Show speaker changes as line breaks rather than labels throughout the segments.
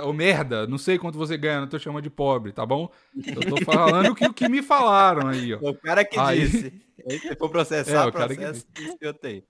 Ô, merda, não sei quanto você ganha, não tô chamando de pobre, tá bom? Eu tô falando o que, o que me falaram aí, ó.
O cara que
Aí-
disse. Aí, se for
É,
processar,
o cara que
processa isso que eu tenho.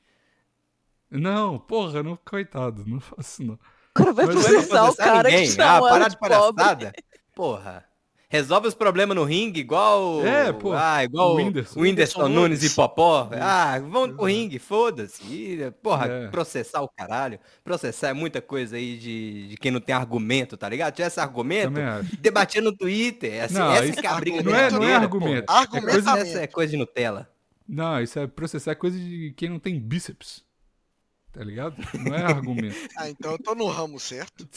Não, porra, não, coitado, não faço não.
O cara vai
Mas não
Você vai
processar o cara que
Ah,
chama ela
para
de
de
pobre.
palhaçada? Porra. Resolve os problemas no ringue igual.
É, pô,
Ah,
o
igual o
Whindersson.
Whindersson, Nunes e Popó.
É.
Ah, vão pro
Exato.
ringue, foda-se. Ih, Porra,
É.
processar o caralho. Processar é muita coisa aí de, de quem não tem argumento, tá ligado? Tivesse argumento,
Também acho.
debater no Twitter. Assim,
Não,
essa
isso-
que é a briga
Não é, não é
verdadeira,
argumento.
porra.
É
Essa-
coisa,
Argumentar.
Essa é coisa de Nutella.
não, isso é processar é coisa de quem não tem bíceps. Tá ligado? Não é argumento.
Ah, então eu tô no ramo certo.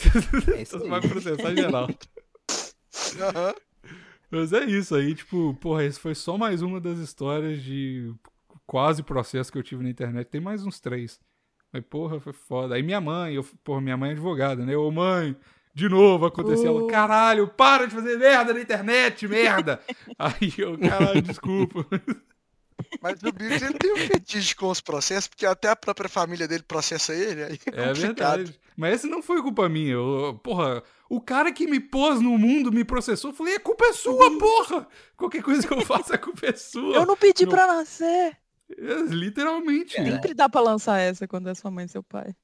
É isso
Você
aí.
vai processar geral.
Aham.
Mas é isso aí, tipo, porra, esse foi só mais uma das histórias de quase processo que eu tive na internet. Tem mais uns três. Mas, porra, foi foda. Aí minha mãe, eu, porra, minha mãe é advogada, né? Ô, mãe, de novo aconteceu. Ela, caralho, para de fazer merda na internet, merda! aí eu, caralho, desculpa.
Mas o Bills ele tem um fetiche com os processos, porque até a própria família dele processa ele. Aí é,
É
complicado.
verdade. Mas esse não foi culpa minha. Eu, porra, o cara que me pôs no mundo me processou. Eu falei, a culpa é sua, porra! Qualquer coisa que eu faça, a culpa é sua.
Eu não pedi
Não.
pra nascer.
É, Literalmente. né?
Sempre dá pra lançar essa quando é sua mãe e seu pai.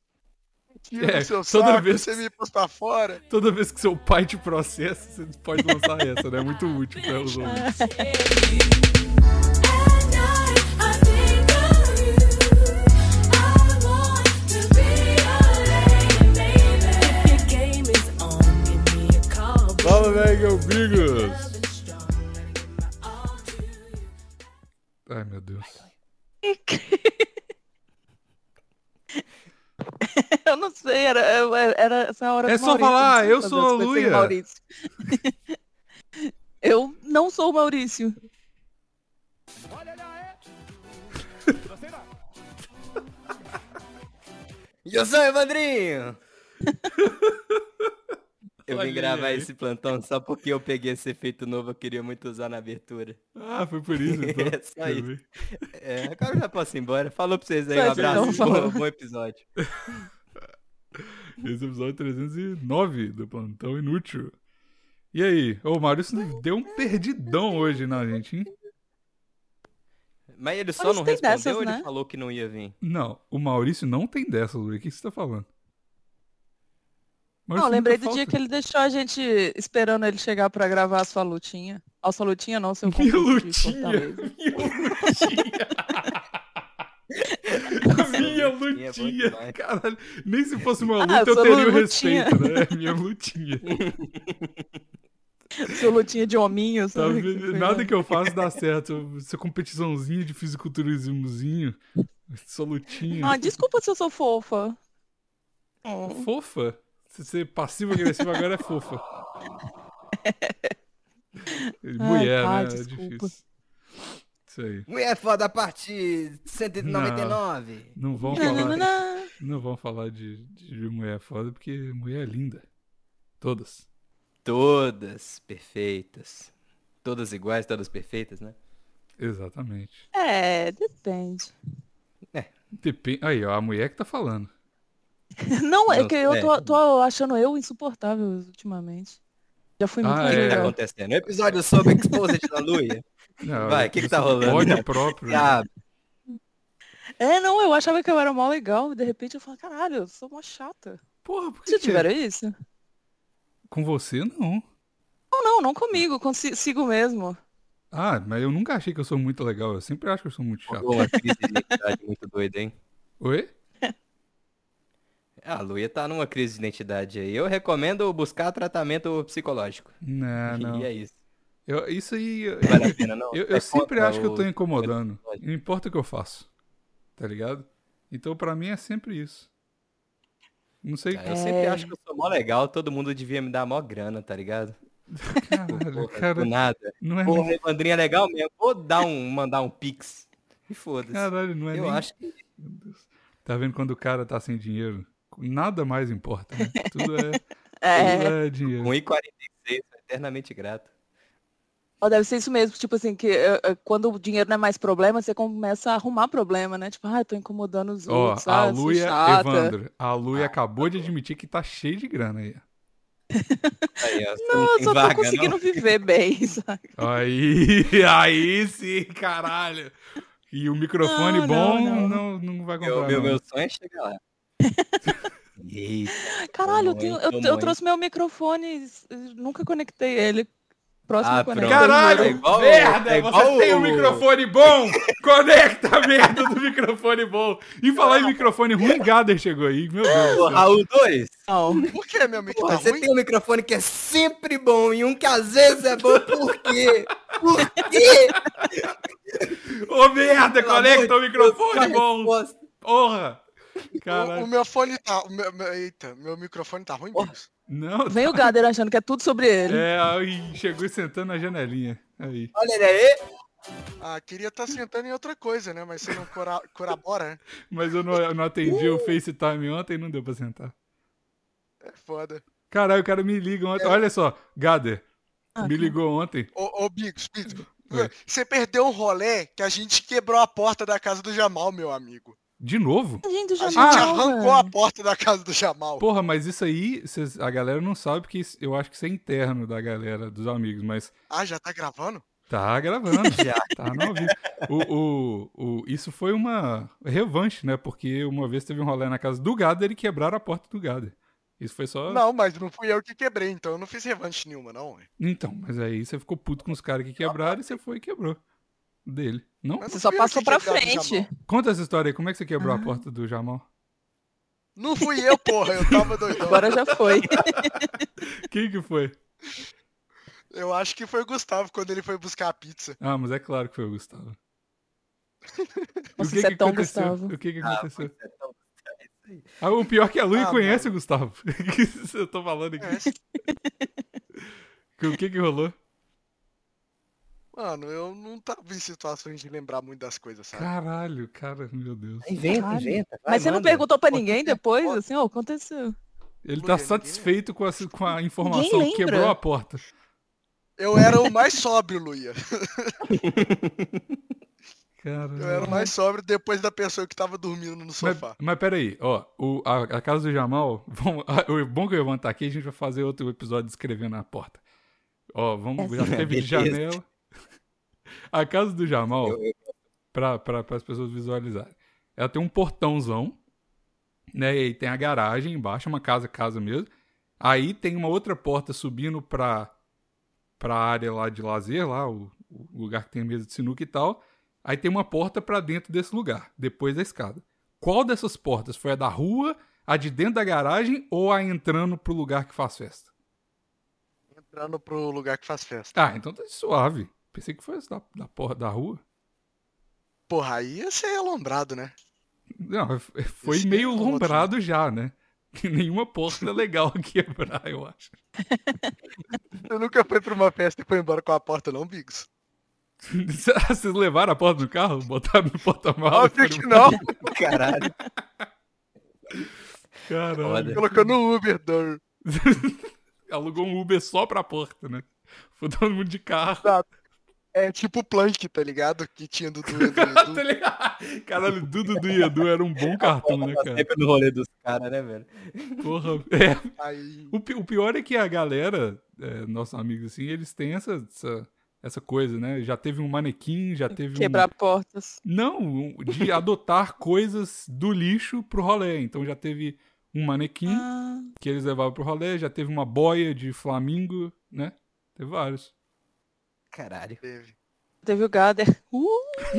Tira
É,
o seu
toda
saco,
vez
você
que-
me pôs pra fora.
Toda vez que seu pai te processa, você pode lançar essa, né? É muito útil pra os ouvintes. Fala, velho, Bigos! Ai, meu Deus.
Eu não sei, era, era essa hora
É
do
só
Maurício,
falar,
não sei
eu
fazer
sou
as
a
coisas sem o
Luia.
Maurício. eu não sou o Maurício.
Eu sou o Evandrinho! eu
Olha
vim gravar
aí.
esse plantão só porque eu peguei esse efeito novo, eu queria muito usar na abertura.
Ah, foi por isso, então.
É só isso.
Tudo bem.
É, agora eu já posso ir embora. Falou pra vocês aí, um
Mas
abraço,
então, falou.
bom, bom episódio.
Esse episódio 309 do Plantão Inútil. E aí? Ô, Maurício deu um perdidão hoje na gente, hein?
Mas ele só
Mas
não
tem
respondeu
dessas,
ou ele
né?
falou que não ia vir?
Não, o Maurício não tem dessa, Luiz. O que você tá falando?
Não,
Maurício nunca
lembrei do dia
falta.
que ele deixou a gente esperando ele chegar pra gravar a sua lutinha. A sua lutinha não, seu
Minha
concurso de
lutinha.
Fortaleza.
Minha
lutinha é bom
lutinha,
demais.
caralho. Nem se fosse uma
Ah,
luta eu
sua
teria o
lutinha.
respeito, né? Minha lutinha.
Seu lutinha de hominho,
Tá
sabe?
vendo? Nada que eu faço dá certo. Essa competiçãozinha de fisiculturismozinho. Sua lutinha.
Ah, desculpa se eu sou fofa. É.
Fofa? Se ser passivo-agressivo agora é fofa. Mulher, né?
tá,
É
desculpa.
difícil. Isso aí.
Mulher foda, parte
199. Não vão falar.
Nananana.
Não vão falar de, de mulher foda, porque mulher é linda. Todas.
Todas perfeitas. Todas iguais, todas perfeitas, né?
Exatamente.
É, depende.
Depen- Aí, ó, a mulher que tá falando.
Não, é
Não,
que eu
é.
tô, tô achando eu insuportável ultimamente. Já fui muito
Ah,
O que,
mais
que tá
é.
legal.
acontecendo? Um episódio sobre Exposed da Luia.
Não,
Vai,
eu-
que que
isso
tá
é
rolando?
Ódio próprio. né?
Ah,
É, não, eu achava que eu era mó legal, e de repente eu falo, caralho, eu sou mó chata.
Porra, por que,
Vocês
que é?
tiveram isso?
Com você, não.
Não, não, não comigo, consigo mesmo.
Ah, mas eu nunca achei que eu sou muito legal. Eu sempre acho que eu sou muito chato.
rolou uma crise de identidade muito doida, hein?
Oi?
A Luia tá numa crise de identidade aí. Eu recomendo buscar tratamento psicológico.
Não, Ah, não.
E é isso.
Eu- isso aí. Eu,
Vale a pena, não?
eu-
É
eu sempre
contra
acho que eu tô
o- é
incomodando.
episódio.
Não importa o que eu faço. Tá ligado? Então, pra mim, é sempre isso. Não sei.
Cara, é, eu sempre acho que eu sou mó legal, todo mundo devia me dar mó grana, tá ligado?
Caralho,
Porra,
cara,
do nada.
não é
Porra, Evandrinha é legal mesmo. Vou dar um, mandar um pix. E
nem.
foda-se.
Caralho, não é
Eu
nem.
acho que
Meu Deus. Tá vendo quando o cara tá sem dinheiro? Nada mais importa, né? Tudo é,
É,
tudo é dinheiro.
1,46, sou eternamente grato.
ó, deve ser isso mesmo, tipo assim, que é, é, quando o dinheiro não é mais problema, você começa a arrumar problema, né? Tipo, ah, eu tô incomodando os
Ó,
outros,
a
ah, eu sou
Luia,
chata.
Ah,
Evandro, a Luia acabou de admitir que tá cheio de grana aí.
Aí, ó, você
Não, eu
tem
só
vaga,
tô conseguindo
não?
viver bem, sabe?
Aí, aí sim, caralho. E o microfone
Não,
bom não,
não,
não. vai comprar.
Meu, meu,
não.
meu sonho é chegar lá. Eita,
Caralho, eu,
Tô
tenho-
muito,
eu-
tô
eu
muito.
trouxe meu microfone, eu nunca conectei ele. Próximo
Ah,
eu conecto.
pronto.
Caralho,
É igual-
merda,
é
você
igual
tem um
o-
microfone bom, conecta a merda do microfone bom. E falar em microfone ruim, Gader chegou aí, meu Deus.
Ô,
do céu.
Raul 2,
Não.
Por que, meu amigo?
porra,
Tá
você
ruim?
tem um microfone que é sempre bom e um que às vezes é bom, por quê? Por quê?
Ô merda,
Pelo amor
conecta o
de
microfone
Deus,
bom,
resposta.
porra.
O, o
Caralho,
meu fone tá. o meu- meu- eita, meu microfone tá ruim, Bigos?
não.
Vem o Gader achando que é tudo sobre ele.
É, aí chegou e sentando na janelinha. Aí.
Olha né, ele aí.
Ah, queria estar sentando em outra coisa, né? Mas você não cora, corabora, né?
Mas eu não, eu não atendi
Uh.
o FaceTime ontem, não deu pra sentar.
É foda.
Caralho, o cara me liga ontem. Olha só, Gader,
Ah,
É, me
cara.
ligou ontem.
Ô, ô Bigos, Bigos.
Oi.
Você perdeu um rolê que a gente quebrou a porta da casa do Jamal, meu amigo.
De novo?
Gente, eu já
A gente
Ah.
arrancou a porta da casa do Jamal.
Porra, mas isso aí, cês- a galera não sabe, porque isso- eu acho que isso é interno da galera, dos amigos, mas
Ah, já tá gravando?
tá gravando.
Já.
Tá no ao vivo. O, o, o- isso foi uma revanche, né? Porque uma vez teve um rolê na casa do Gader e quebraram a porta do Gader. Isso foi só.
Não, mas não fui eu que quebrei, então eu não fiz revanche nenhuma, não. ué.
Então, mas aí você ficou puto com os caras que quebraram e você foi e quebrou. Dele. Não?
Mas
Você
não
só
fui eu que
passou pra
quebrei a do
frente.
Jamal.
Conta essa história aí, como é que você quebrou a
Ah.
porta do Jamal?
Não fui eu, porra, eu tava doidão.
Agora já foi.
Quem que foi?
Eu acho que foi o Gustavo quando ele foi buscar a pizza.
Ah, mas é claro que foi o Gustavo.
Nossa,
o que
você
que
é tão
aconteceu?
Gustavo.
O que que
Ah,
aconteceu?
pois é, então,
Ah, o pior que a Lui
Ah,
conhece o Gustavo. Isso eu tô falando aqui.
É,
Que- O que que rolou?
Mano, eu não tava em situações de lembrar muito das coisas, sabe?
Caralho, cara, meu Deus.
Inventa,
Caralho.
inventa. vai,
Mas você não
manda.
perguntou pra
Pô,
ninguém depois? Assim, ó, aconteceu.
Ele
Por
tá
quê? Ninguém
satisfeito com a, com a informação.
lembra.
Quebrou a porta.
Eu era o mais sóbrio, Luia. Eu era o
Caralho.
mais sóbrio depois da pessoa que tava dormindo no
Mas,
sofá.
mas peraí, ó, o, a, a casa do Jamal, vamos, a- o bom que o Ivan tá aqui, a gente vai fazer outro episódio escrevendo na porta. Ó, vamos, já
Essa- é
teve de
Beleza.
janela. A casa do Jamal,
Eu- eu-
pra, pra, as pessoas visualizarem. Ela tem um portãozão, né? E tem a garagem embaixo, é uma casa, casa mesmo. Aí tem uma outra porta subindo pra, pra área lá de lazer, lá, o, o lugar que tem mesa de sinuca e tal. Aí tem uma porta pra dentro desse lugar, depois da escada. Qual dessas portas? Foi a da rua, a de dentro da garagem ou a entrando pro lugar que faz festa?
Entrando pro lugar que faz festa.
Ah, então tá suave. Pensei que foi essa da, da, porra, da rua.
Porra, aí ia ser alombrado, né?
Não, f- foi
Esse
meio
é outro,
lombrado já, né? Que nenhuma porta é legal a quebrar, eu acho.
Você nunca foi pra uma festa e foi embora com a porta, não, Bigos?
Vocês levaram a porta no carro? Botaram no porta-malas?
Óbvio que não.
Caralho.
Caralho.
Olha.
Colocou no Uber, do...
Alugou um Uber só pra porta, né? Foi todo mundo de carro.
É tipo o Plank, tá ligado? Que tinha do Dudu.
Tá ligado? Caralho, Dudu do Edu era um bom cartão, né,
Tá
cara?
sempre no rolê dos caras, né, velho?
Porra. É,
Aí.
O, pi- o pior é que a galera, é, nossos amigos assim, eles têm essa, essa, essa coisa, né? Já teve um manequim, já teve um.
Quebrar portas.
Não, um- de adotar coisas do lixo pro rolê. Então já teve um manequim
Ah,
que eles levavam pro rolê, já teve uma boia de flamingo, né? Teve vários.
Caralho.
Teve.
teve o Gader. Uh,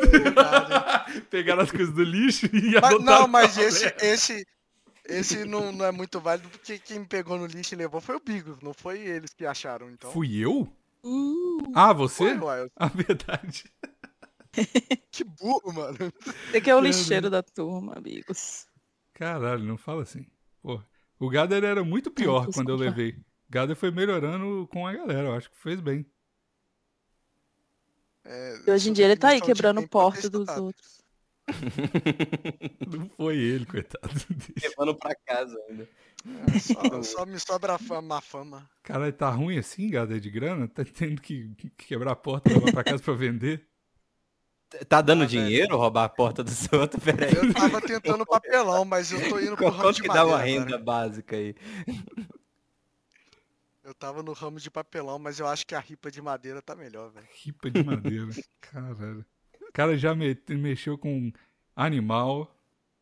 Obrigado.
Pegaram as coisas do lixo e
Mas-
adotaram.
não,
pro
mas
rolê.
esse, esse, esse não, não é muito válido, porque quem me pegou no lixo e levou foi o Bigos, não foi eles que acharam, então.
Fui eu?
uh.
Ah, você?
Foi, uai, eu-
A verdade.
que burro, mano.
Você que é o
Caramba.
lixeiro da turma, amigos.
Caralho, não fala assim. Pô, o Gader era muito pior
desculpa.
quando eu levei. O Gader foi melhorando com a galera, eu acho que fez bem.
É,
E hoje em dia ele tá
um
aí quebrando porta
portas
dos outros.
Não foi ele, coitado.
Levando pra casa ainda.
Só, É, só me sobra a fama, a fama.
Caralho, tá ruim assim, Gader, de grana? Tá tendo que que quebrar a porta e levar pra casa pra vender?
Tá dando
Ah,
dinheiro roubar a porta dos outros? Pera aí.
Eu tava tentando papelão, mas eu tô indo pro
Qu-
ramo
Quanto
de
que dá
madeira
uma
agora.
renda básica aí?
Eu tava no ramo de papelão, mas eu acho que a ripa de madeira tá melhor, velho.
Ripa de madeira. Caralho. O cara já me- mexeu com animal,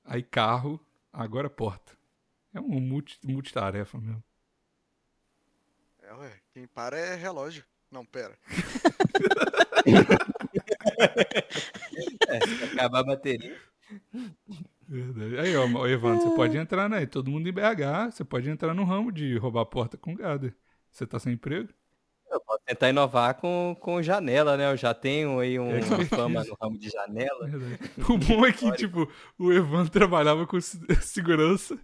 aí carro, agora porta. É um multi, multitarefa mesmo.
É, ué. Quem para é relógio. Não, pera.
É, se acabar a bateria.
Verdade. Aí, ó, ô, Evandro, você pode entrar, né? Todo mundo em BH, você pode entrar no ramo de roubar porta com gado. Você tá sem emprego?
Eu posso tentar inovar com, com janela, né? Eu já tenho aí um,
É,
uma
que-
fama no ramo de janela.
É Verdade. O bom é que, tipo, o Evandro trabalhava com se- segurança.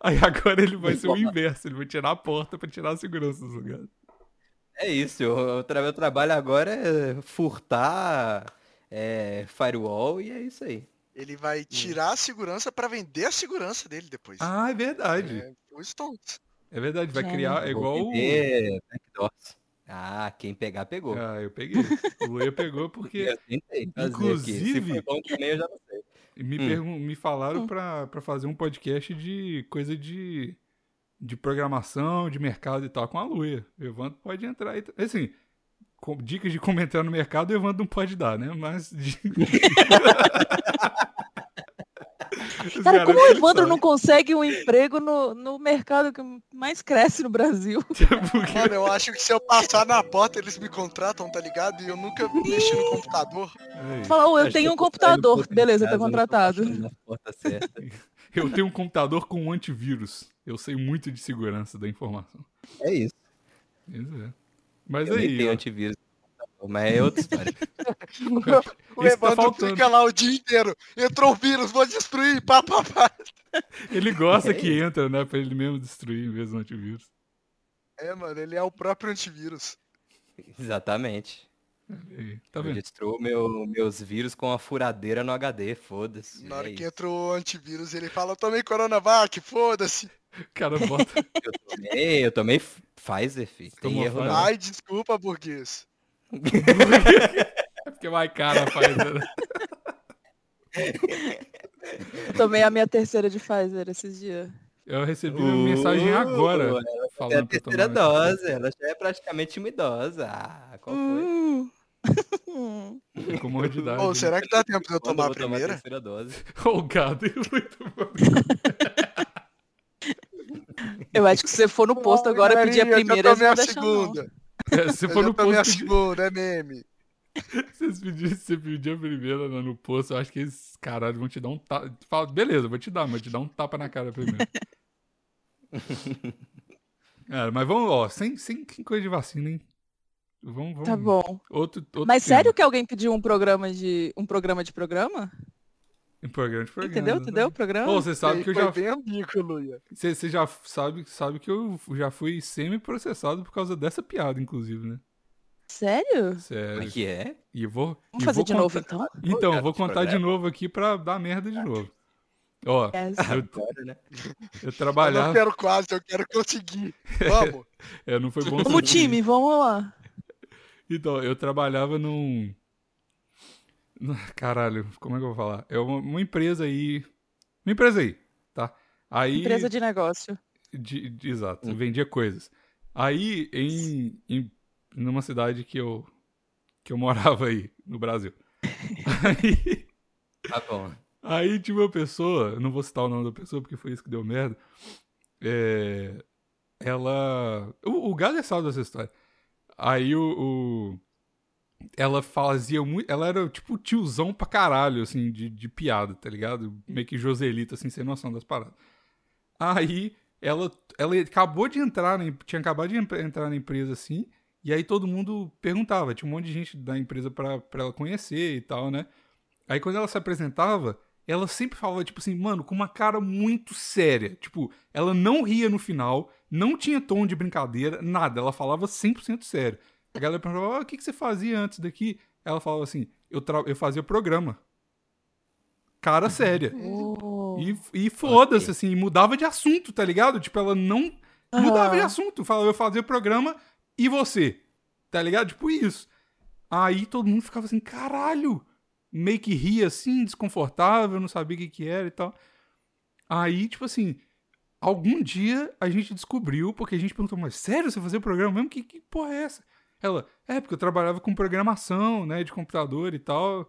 Aí agora ele vai ser o inverso, ele vai tirar a porta pra tirar a segurança dos lugares.
É isso, eu, eu tra- meu trabalho agora é furtar é, firewall e é isso aí.
Ele vai tirar a segurança pra vender a segurança dele depois.
Ah, é verdade.
É, o Stonks.
É verdade, vai
Já
criar. É
Vou
igual o.
vender backdoors. Ah, quem pegar, pegou.
Ah, eu peguei. O Luia pegou porque
Eu tentei fazer aqui. Se
Inclusive-
foi bom também, eu já não sei.
me,
Hum.
pergun- me falaram pra, pra fazer um podcast de coisa de, de programação, de mercado e tal com a Luia. O Evandro pode entrar aí. t- Assim, com- dicas de como entrar no mercado, o Evandro não pode dar, né? Mas. de- Os
Cara, como o
eles
Evandro não
sabem.
consegue um emprego no, no mercado que mais cresce no Brasil?
né?
Mano, eu acho que se eu passar na porta, eles me contratam, tá ligado? E eu nunca mexi no computador.
Aí.
Fala, oh, eu
Acho que
tenho
tô saindo um
um computador.
pouco de
Beleza,
casa,
tá
eu tô
contratado.
passando na porta certa.
Eu tenho um computador com antivírus. Eu sei muito de segurança da informação.
É isso.
Pois é. Mas
eu nem
aí.
tenho
ó,
antivírus. Mas é outra história.
O
Isso tá
Evandro
faltando.
fica lá o dia inteiro. Entrou o vírus, vou destruir, pá, pá, pá.
Ele gosta
É
que entra, né? Pra ele mesmo destruir mesmo o antivírus.
É, mano, ele é o próprio antivírus.
Exatamente.
Aí, Tá
eu
vendo?
destruo meu, meus vírus com uma furadeira no HD, foda-se.
Na hora
é
que
isso.
entra o antivírus, ele fala, eu tomei Coronavac, foda-se.
O cara bota.
Eu tomei, eu tomei F- Pfizer, filho. Tem
Tomou
erro
Pfizer.
não.
Ai, desculpa, burguês.
É porque mais cara faz. né?
Tomei a minha terceira de Pfizer esses dias.
Eu recebi uma mensagem
Uh,
agora.
ela É a
Falando pra eu
terceira
tomar vacina.
dose, ela já é praticamente uma idosa. Ah, qual foi?
Hum.
Comodidade. né?
Ou será que dá tempo de eu
Quando
tomar a
eu vou tomar a
primeira?
terceira dose?
Ô, gado. é Muito bom.
Eu acho que se você for no posto agora pedir a
Galerinha,
primeira,
eu já tomei
eles
a
não deixam, não.
segunda.
É, se
Eu
for
já
no
tomei a
posto. pedir-
segunda, é meme.
Vocês pedirem, se você pedir a primeira né, no posto, eu acho que esses caralho vão te dar um tapa. Fala, beleza, vou te dar, mas vou te dar um tapa na cara primeiro. Cara, É, mas vamos, ó, sem, sem coisa de vacina, hein? Vamos, vamos.
Tá bom.
Outro, outro
Mas
tema.
sério que alguém pediu um programa de um programa de programa?
Em programa de programa.
Entendeu? Entendeu o
né?
programa?
Pô, você sabe que eu
foi
já.
bem ambíguo, Luia.
Você você já sabe, sabe que eu já fui semi-processado por causa dessa piada, inclusive, né?
Sério?
Sério.
Como é que é?
E eu vou.
Vamos
e
fazer
vou
de
contar-
novo então?
Então, eu vou
Cara,
contar de
programa.
novo aqui pra dar merda de novo. Ó,
Yes.
eu,
Agora, né?
eu
Eu não
trabalhava.
quero quase, eu quero conseguir. Vamos.
É, não foi bom
Vamos
sentir.
time, vamos lá.
Então, eu trabalhava num. num- Caralho, como é que eu vou falar? É uma, uma empresa aí. Uma empresa aí, tá? Aí.
Empresa de negócio.
de- de- exato,
Hum.
vendia coisas. Aí, em, em. numa cidade que eu. que eu morava aí, no Brasil. Aí.
Tá bom.
Aí tinha uma pessoa, eu não vou citar o nome da pessoa porque foi isso que deu merda. É, ela. O, o Gado é salvo dessa história. Aí o. o- ela fazia muito. Ela era tipo tiozão pra caralho, assim, de, de piada, tá ligado? Meio que Joselito, assim, sem noção das paradas. Aí ela, ela acabou de entrar, na em- tinha acabado de em- entrar na empresa, assim. E aí todo mundo perguntava, tinha um monte de gente da empresa pra, pra ela conhecer e tal, né? Aí quando ela se apresentava, ela sempre falava, tipo assim, mano, com uma cara muito séria. Tipo, ela não ria no final, não tinha tom de brincadeira, nada. Ela falava 100% sério. A galera perguntava, "Ah, o que, que você fazia antes daqui? Ela falava assim, eu, tra- eu fazia programa. Cara séria.
Oh.
E, e foda-se, assim, mudava de assunto, tá ligado? Tipo, ela não mudava de
Aham.
assunto. Falava, eu fazia o programa e você, tá ligado? Tipo isso. Aí todo mundo ficava assim, caralho. Meio que ria assim, desconfortável, não sabia o que que era e tal. Aí, tipo assim, Algum dia a gente descobriu, porque a gente perguntou, mas sério, você fazia programa mesmo? Que, que porra é essa? Ela, é, porque eu trabalhava com programação, né, de computador e tal.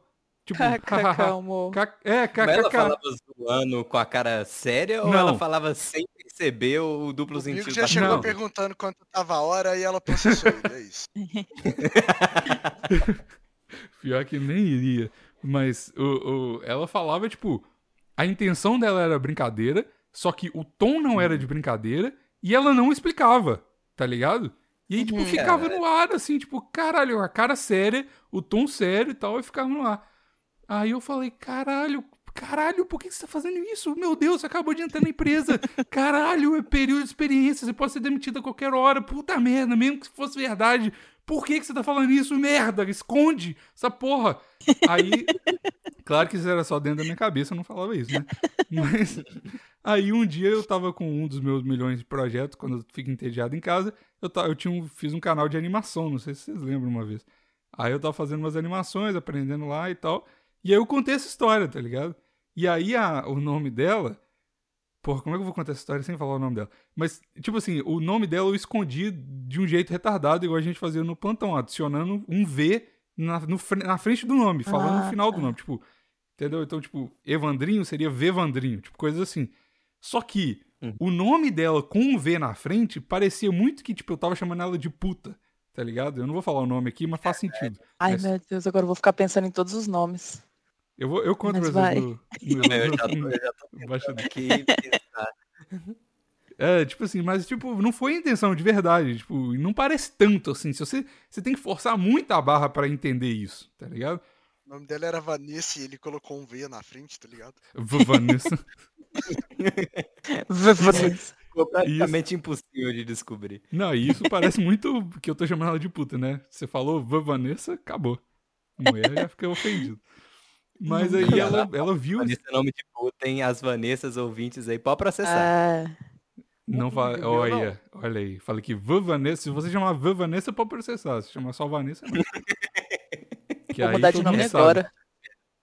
Tipo,
Caraca, amor.
ca- é,
Mas ela
kkk.
falava zoando com a cara séria ou
Não.
ela falava sem perceber o duplo
O Bigo
sentido?
já
da
chegou
Não.
perguntando quanto tava a hora e ela processou ele, é isso.
Pior que nem iria. Mas o, o- ela falava, tipo, a intenção dela era brincadeira, só que o tom não era de brincadeira e ela não explicava, tá ligado? E aí, tipo,
Uhum.
ficava no ar, assim, tipo, caralho, a cara séria, o tom sério e tal, e ficava no ar. Aí eu falei, caralho, caralho, por que que você tá fazendo isso? Meu Deus, você acabou de entrar na empresa. Caralho, é período de experiência, você pode ser demitido a qualquer hora. Puta merda, mesmo que fosse verdade. Por que que você tá falando isso, merda? Esconde essa porra. Aí, claro que isso era só dentro da minha cabeça, eu não falava isso, né? Mas aí um dia eu tava com um dos meus milhões de projetos, quando eu fico entediado em casa, eu, ta- eu tinha um- fiz um canal de animação, não sei se vocês lembram uma vez. Aí eu tava fazendo umas animações, aprendendo lá e tal. E aí eu contei essa história, tá ligado? E aí a- o nome dela. Porra, como é que eu vou contar essa história sem falar o nome dela? Mas, tipo assim, o nome dela eu escondi de um jeito retardado, igual a gente fazia no plantão, adicionando um V na, no fre- na frente do nome, falando no
Ah,
final do nome. Tipo, entendeu? Então, tipo, Evandrinho seria Vevandrinho, tipo, coisas assim. Só que
Uhum.
o nome dela com um V na frente parecia muito que, tipo, eu tava chamando ela de puta, tá ligado? Eu não vou falar o nome aqui, mas faz sentido.
Ai,
Mas-
meu Deus, agora eu vou ficar pensando em todos os nomes.
Eu, vou, eu conto
Mas
pra
vai.
vocês no, no,
É, Eu já tô, eu já tô
no bastidor.
aqui.
É, tipo assim, mas tipo, não foi a intenção de verdade, tipo, e não parece tanto assim. Se você, você tem que forçar muito a barra pra entender isso, tá ligado?
O nome dela era Vanessa e ele colocou um V na frente, tá ligado?
V- Vanessa.
Vanessa.
Ficou praticamente impossível de descobrir.
não, e isso parece muito que eu tô chamando ela de puta, né? Você falou V- Vanessa, acabou. A mulher já fica ofendida. Mas aí ela, ela viu.
Vanessa é nome de puta, hein? As Vanessas ouvintes aí, pode processar.
Ah,
Não fala.
entendeu,
Olha, olha aí. Falei que V- Vanessa. Se você chamar V- Vanessa, pode processar. Se chamar só Vanessa, não. Que
vou
aí
mudar de
todo
nome
mundo sabe.
agora.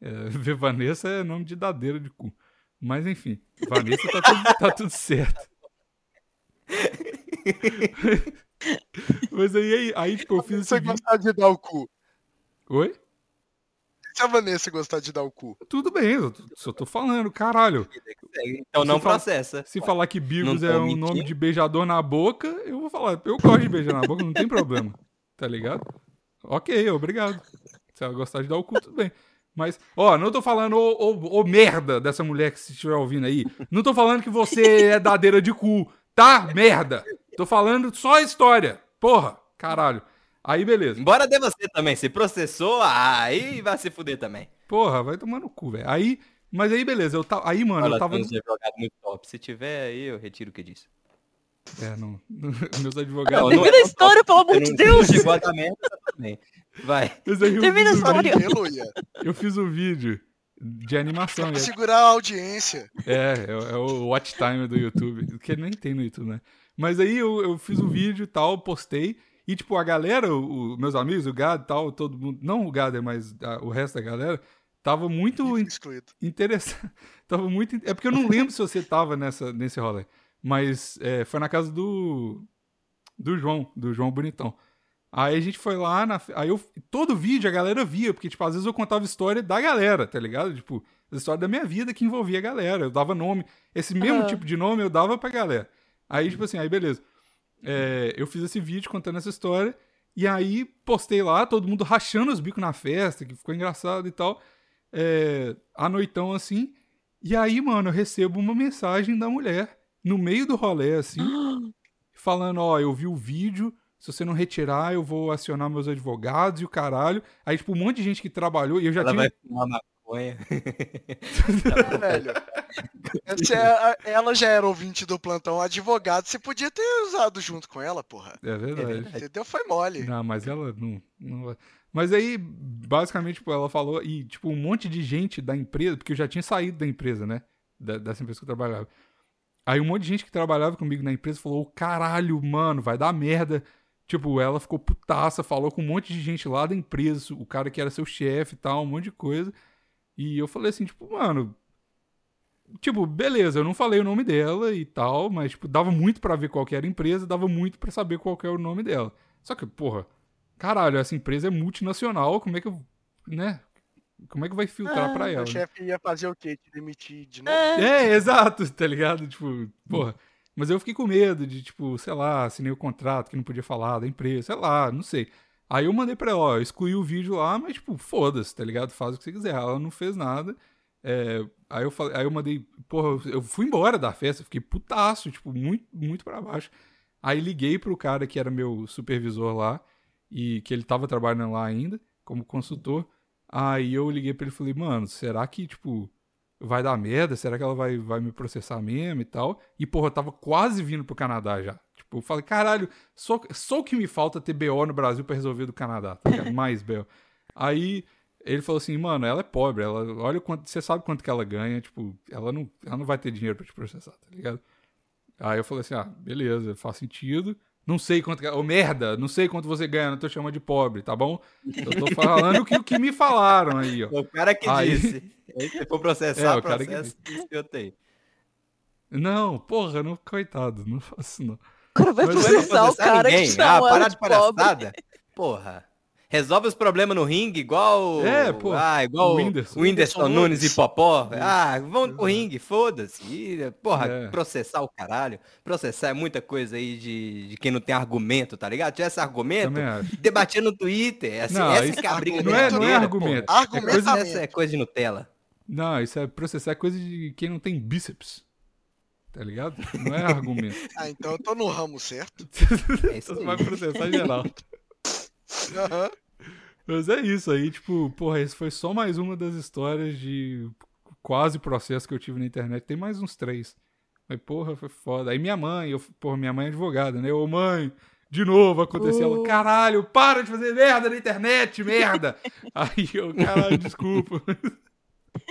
É, ver Vanessa é nome de dadeira de cu. Mas enfim, Vanessa tá tudo, tá tudo certo. Mas aí, aí, aí, tipo, eu fiz o
Você
seguinte...
gostar de dar o cu.
Oi?
Se a Vanessa gostar de dar o cu.
Tudo bem, eu tô- só tô falando, caralho.
Então não
Se fala-
processa.
Se falar que Bigos
Não
é
tô
um
mentindo.
nome de beijador na boca, eu vou falar, eu gosto de beijar na boca, não tem problema. Tá ligado? Ok, obrigado. Se ela gostar de dar o cu, tudo bem. Mas, ó, não tô falando ô, ô- ô merda dessa mulher que se estiver ouvindo aí. Não tô falando que você é dadeira de cu, tá? Merda. Tô falando só a história. Porra, caralho. Aí, beleza.
Embora dê você também. Se processou, aí vai se fuder também.
Porra, vai tomar no cu, velho. Aí, mas aí, beleza. Eu tava, aí, mano,
Olha,
eu tava...
tem uns advogados é muito top. Se tiver aí, eu retiro o que disse.
É, não. Meus advogados...
Não, não é
Termina a
tão
história, pelo amor
Você
de
não-
Deus!
Chegou a dar merda também. Vai.
Mas aí eu
Termina a
fiz um
história.
vídeo-
Aleluia.
Eu fiz um vídeo de animação.
Pra
e
segurar a audiência.
É, é, o- é o watch time do YouTube. Que nem tem no YouTube, né? Mas aí eu, eu fiz um vídeo e tal, postei. E, tipo, a galera, o, o- meus amigos, o Gado e tal, todo mundo. Não o Gado, mas a- o resto da galera. Tava muito in-
Excluído.
interessado. Tava muito. in- É porque eu não lembro se você tava nessa, nesse rolê. Mas é, foi na casa do. Do João, do João Bonitão. Aí a gente foi lá na. fe- Aí eu. Todo vídeo a galera via, porque, tipo, às vezes eu contava história da galera, tá ligado? Tipo, as histórias da minha vida que envolvia a galera. Eu dava nome. Esse mesmo
Aham.
tipo de nome eu dava pra galera. Aí, tipo assim, aí beleza. É, eu fiz esse vídeo contando essa história. E aí postei lá, todo mundo rachando os bicos na festa, que ficou engraçado e tal. É, à noitão, assim. E aí, mano, eu recebo uma mensagem da mulher no meio do rolê, assim falando, ó, eu vi o vídeo, se você não retirar, eu vou acionar meus advogados e o caralho. Aí, tipo, um monte de gente que trabalhou e eu já
Ela
tinha...
vai fumar maconha.
Velho. Se a- ela já era ouvinte do plantão advogado, você podia ter usado junto com ela, porra.
É
É
verdade.
verdade.
Entendeu? Foi mole.
Não, mas ela não, não vai- Mas aí, basicamente, tipo, ela falou, e, tipo, um monte de gente da empresa, porque eu já tinha saído da empresa, né? Da, dessa empresa que eu trabalhava. Aí um monte de gente que trabalhava comigo na empresa falou, "Ô, caralho, mano, vai dar merda. Tipo, ela ficou putaça, falou com um monte de gente lá da empresa, o cara que era seu chefe e tal, um monte de coisa. E eu falei assim, tipo, mano, tipo, beleza, eu não falei o nome dela e tal, mas, tipo, dava muito pra ver qual que era a empresa, dava muito pra saber qual que era o nome dela. Só que, porra, caralho, essa empresa é multinacional, como é que eu, né? Como é que vai filtrar pra ela?
O
né?
chefe ia fazer o quê? Te demitir de novo?
É.
É, exato, tá ligado? Tipo, porra. Mas eu fiquei com medo de, tipo, sei lá, assinei o contrato que não podia falar da empresa, sei lá, não sei. Aí eu mandei pra ela, ó, eu excluí o vídeo lá, mas, tipo, foda-se, tá ligado? Faz o que você quiser. Ela não fez nada. É, aí, eu falei, aí eu mandei, porra, eu fui embora da festa, fiquei putaço, tipo, muito, muito pra baixo. Aí liguei pro cara que era meu supervisor lá, e que ele tava trabalhando lá ainda, como consultor. Aí eu liguei pra ele e falei, mano, será que, tipo, vai dar merda? Será que ela vai, vai me processar mesmo e tal? E, porra, eu tava quase vindo pro Canadá já. Tipo, eu falei, caralho, só, só o que me falta ter BO no Brasil pra resolver do Canadá, tá ligado? Mais BO. Aí ele falou assim, mano, ela é pobre, ela, olha o quanto, você sabe quanto que ela ganha, tipo, ela não, ela não vai ter dinheiro pra te processar, tá ligado? Aí eu falei assim, ah, beleza, faz sentido. Não sei quanto que. Ô, merda, não sei quanto você ganha, não tô chamando de pobre, tá bom? Eu tô falando o que, o que me falaram aí, ó.
É O cara que
Aí-
disse. Aí você for processar,
É, o cara que
processa isso que eu tenho.
Não, porra, não, coitado, não faço não.
O cara vai
Mas
Não vai
processar é o
processar
cara que
ninguém. Ah,
chamou
parar
ela
de
de pobre.
palhaçada? Porra. Resolve os problemas no ringue igual. o-
É, pô.
Ah, igual
O
o
Whindersson.
Whindersson, Nunes e Popó.
Isso.
Ah, vão pro ringue, foda-se. Ih, Porra,
É.
processar o caralho. Processar é muita coisa aí de, de quem não tem argumento, tá ligado? Tivesse argumento,
Também acho.
debater no Twitter. Assim,
Não,
essa
isso-
que é a briga
Não é, não é
verdadeira,
argumento.
porra.
É
Argumento.
coisa,
Pensamento.
Essa é coisa de Nutella.
não, isso é processar é coisa de quem não tem bíceps. Tá ligado? Não é argumento.
Ah, então eu tô no ramo certo.
É isso
Você
aí.
vai processar geral.
Aham.
Mas é isso aí, tipo, porra, esse foi só mais uma das histórias de quase processo que eu tive na internet. Tem mais uns três. Mas, porra, foi foda. Aí minha mãe, eu, porra, minha mãe é advogada, né? Ô, mãe, de novo aconteceu. Ela,
Oh.
caralho, para de fazer merda na internet, merda! aí eu, caralho, desculpa.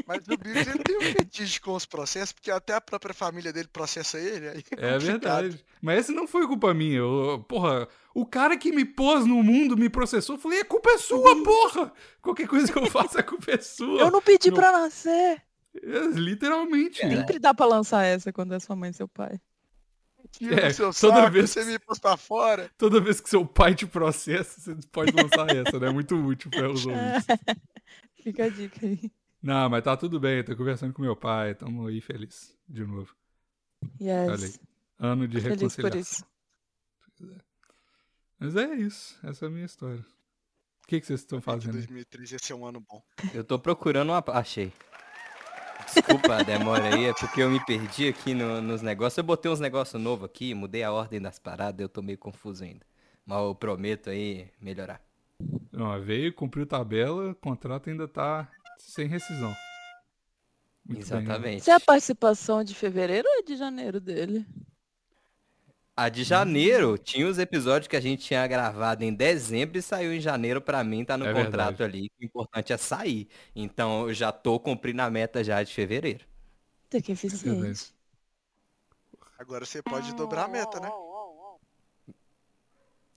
Mas o Bill ele tem um fetiche com os processos, porque até a própria família dele processa ele. Aí
É
complicado.
verdade. Mas essa não foi culpa minha. Eu, porra, o cara que me pôs no mundo me processou. Eu falei, a culpa é sua, porra! Qualquer coisa que eu faça, a culpa é sua.
Eu não pedi
Não.
pra nascer.
É, Literalmente.
Sempre dá pra lançar essa quando é sua mãe e seu pai.
Tira
É,
do seu
toda
saco,
vez-
você me pôs pra fora.
Toda vez que seu pai te processa, você pode lançar essa, né? É muito útil para os ouvintes.
Fica a dica aí.
Não, mas tá tudo bem. Tô conversando com meu pai. Tamo aí feliz. De novo. Olha aí.
Yes.
Ano de
Feliz por
reconciliação.
isso.
Mas é isso. Essa é a minha história. O que, que vocês estão
Gente,
fazendo? aí?
2013 ia ser um ano bom.
Eu tô procurando uma. Achei. Desculpa a demora aí, é porque eu me perdi aqui no- nos negócios. Eu botei uns negócios novos aqui, mudei a ordem das paradas, eu tô meio confuso ainda. Mas eu prometo aí melhorar.
Não, veio, cumpriu tabela, o contrato ainda tá sem rescisão. Muito bem, né?
Exatamente.
Isso é a participação de fevereiro ou é de janeiro dele?
A de janeiro tinha os episódios que a gente tinha gravado em dezembro e saiu em janeiro pra mim, tá no
É
contrato
verdade.
ali. O importante é sair. Então eu já tô cumprindo a meta já de fevereiro.
Tem que é
né?
eficiente.
Agora você pode dobrar a meta, né?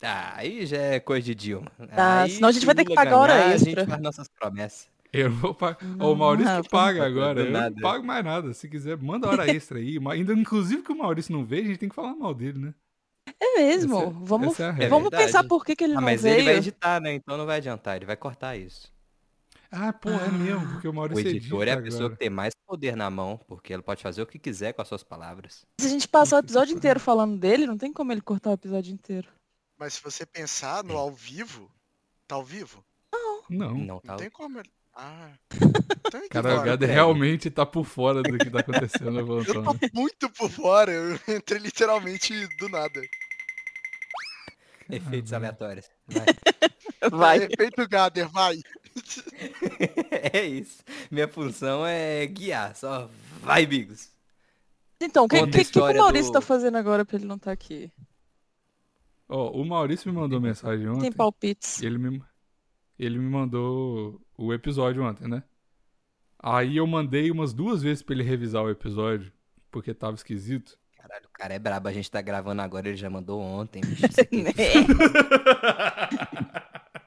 Ah, aí já é coisa de Dilma.
Ah,
Aí,
senão a gente
se
vai ter que
Lula
pagar hora
ganhar, A
extra.
gente faz nossas promessas.
Eu não vou pagar.
Não,
Ó, o Maurício que
Rafa.
paga agora.
Do
Eu não
nada.
pago mais nada. Se quiser, manda hora extra aí. Ma- Ainda, inclusive, que o Maurício não vê, a gente tem que falar mal dele, né?
É mesmo.
Essa-
vamos
Essa é a regra.
vamos
verdade.
pensar por que, que ele
Ah,
não
mas
veio.
ele vai editar, né? Então não vai adiantar, ele vai cortar isso.
Ah, pô, é mesmo, porque o
O
Maurício
editor é a
edita
pessoa
agora.
que tem mais poder na mão, porque ele pode fazer o que quiser com as suas palavras.
Se a gente passar o episódio inteiro falando dele, não tem como ele cortar o episódio inteiro.
Mas se você
É.
pensar no ao vivo, tá ao vivo?
Não.
Não
Não
tá.
tem como. ele- Ah. Então ele
Cara, o
ignora.
Gado
Pega.
realmente tá por fora do que tá acontecendo, né,
Eu
Antônio?
tô muito por fora, eu entrei literalmente do nada.
Efeitos
Caramba.
aleatórios. Vai.
Vai.
Efeito Gader, vai.
é isso. Minha função é guiar. Só vai, Bigos.
Então, o que,
Conta a
que- que que
história
o Maurício
do-
tá fazendo agora pra ele não estar aqui?
Ó, o Maurício me mandou mensagem ontem.
Tem palpites.
Ele me, ele me mandou o episódio ontem, né? Aí eu mandei umas duas vezes pra ele revisar o episódio, porque tava esquisito.
Caralho, o cara é brabo. A gente tá gravando agora, ele já mandou ontem. Bicho, isso
Ah,
aqui.
Né?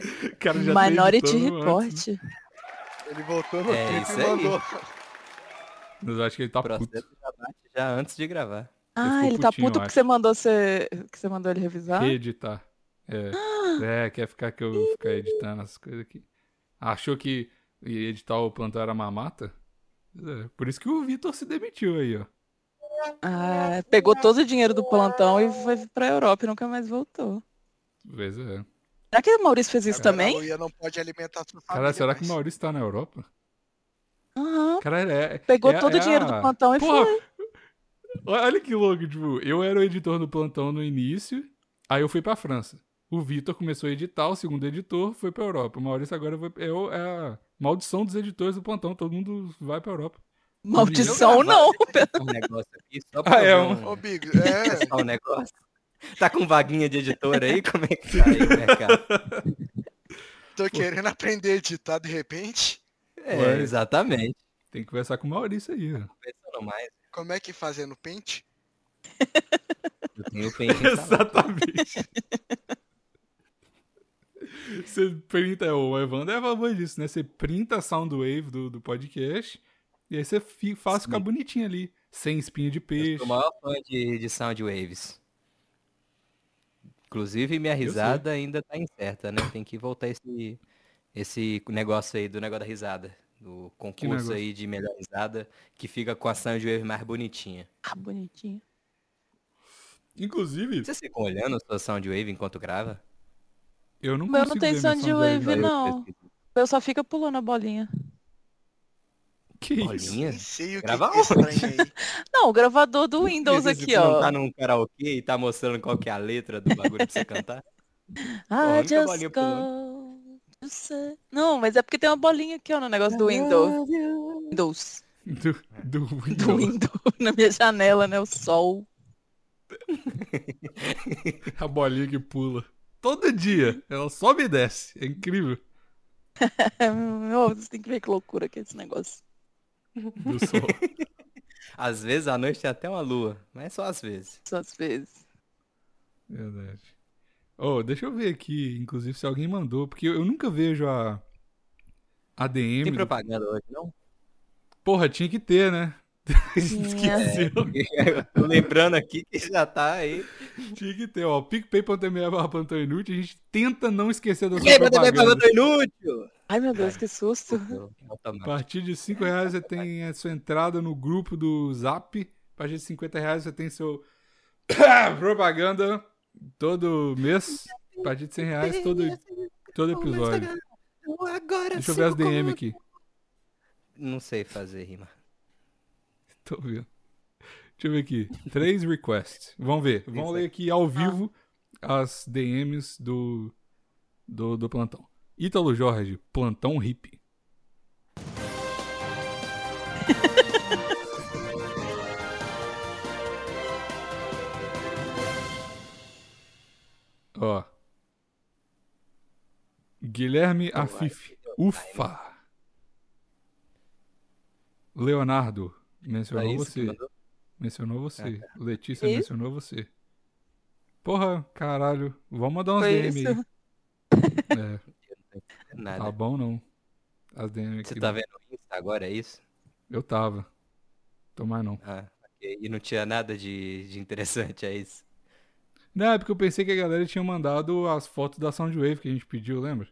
O cara já tá
Minority
editando antes.
Report.
Ele voltou no
É
clipe
isso
e
aí.
mandou.
Mas eu acho que ele tá
O é um processo
puto.
já bate já antes de gravar.
Ah,
ficou
ele tá
putinho,
puto
eu
porque você mandou você. Que você mandou ele revisar?
Editar. É.
Ah!
É, quer ficar que eu ficar editando essas coisas aqui. Achou que ia editar o plantão era mamata? É, por isso que o Vitor se demitiu aí, ó.
Ah, pegou todo o dinheiro do plantão e foi pra Europa e nunca mais voltou.
Pois é.
Será que o Maurício fez isso
A
também?
Luia não pode alimentar sua família.
Cara, será que o
mais.
Maurício tá na Europa?
Aham.
Cara, é.
Pegou
é-
todo
é
o dinheiro
a-
do plantão e
Porra!
foi.
Olha que louco, tipo, eu era o editor do plantão no início, aí eu fui pra França. O Vitor começou a editar, o segundo editor foi pra Europa. O Maurício agora vai, é, o- é a maldição dos editores do plantão, todo mundo vai pra Europa.
Maldição,
Eu
não.
Um negócio aqui só
Ah,
pra
é
ver
um-
Ô, Big, é.
testar o um negócio. Tá com vaguinha de editor aí? Como é que tá aí o mercado?
Tô querendo aprender a editar de repente.
É,
Ué.
exatamente.
Tem que conversar com o Maurício aí, ó.
Pensando mais,
Como é que faz? É no pente?
eu tenho o pente instalado.
Exatamente. Você printa, o Evandro é a favor disso, né? Você printa a soundwave do, do podcast e aí você fi- faz ficar bonitinho ali, sem espinha de
Eu
peixe.
sou o maior fã de, de Soundwaves. Inclusive, minha
sei.
risada ainda tá incerta, né? Tem que voltar esse, esse negócio aí do negócio da risada. Do concurso
negócio?
aí de melhor risada, que fica com a Soundwave mais bonitinha.
Ah, bonitinho.
Inclusive,
Vocês ficam olhando a sua Soundwave enquanto grava?
eu não
Mas eu não
consigo
tenho
ver minha
soundwave,
Só eu
soundwave.
que
não.
pesquiso.
Eu só fica pulando a bolinha.
Que isso?
Bolinha?
Nem sei o que
Grava
que é estranho aí.
Não, o gravador do Windows
Às vezes
aqui,
você não
ó.
tá num karaokê e tá mostrando qual que é a letra do bagulho pra você cantar? a
I
única
just
bolinha
go to say- Não, mas é porque tem uma bolinha aqui, ó, no negócio do Windows. Windows.
Do, do,
Do Windows. Na minha janela, né? O sol.
A bolinha que pula. Todo dia. Ela sobe e desce. É incrível.
É, meu, vocês têm que ver que loucura que é esse negócio.
Do sol.
Às vezes à noite tem até uma lua, mas é só às vezes.
Só às vezes.
Verdade. Oh, deixa eu ver aqui, inclusive, se alguém mandou, porque eu, eu nunca vejo a a DM.
Tem
do-
propaganda hoje, não?
Porra, tinha que ter, né? Esqueceu.
Eu tô lembrando aqui que já tá aí.
Tinha que ter, ó. PicPay.me barra plantão inútil. A gente tenta não esquecer da sua
Ei, mas também
propaganda.
propaganda inútil!
Ai, meu Deus, que susto.
A
Automático.
partir de 5 reais você tem a sua entrada no grupo do Zap. A partir de 50 reais você tem seu propaganda todo mês. A partir de 100 reais todo, todo episódio.
Agora
Deixa eu ver as
sigo com-
DM aqui.
Não sei fazer rima.
Tô vendo. Deixa eu ver aqui. Três requests. Vamos ver. Vamos ler aqui ao
Tá.
vivo as DMs do, do, do plantão. Ítalo Jorge, plantão hippie. Ó. Guilherme
Então,
Afif.
tá né?
Ufa! Leonardo,
Só
mencionou
É isso que
você.
mandou?
Mencionou você.
É.
Letícia
Que isso?
mencionou você. Porra, caralho. Vamos mandar umas
Foi
DM aí.
isso.
É,
Nada.
tá bom não. As DM
Você
aqui.
tá vendo o Insta agora, é isso?
Eu tava. Tô mais não.
Ah, ok. E não tinha nada de, de interessante, é isso?
Não, é porque eu pensei que a galera tinha mandado as fotos da Soundwave que a gente pediu, lembra?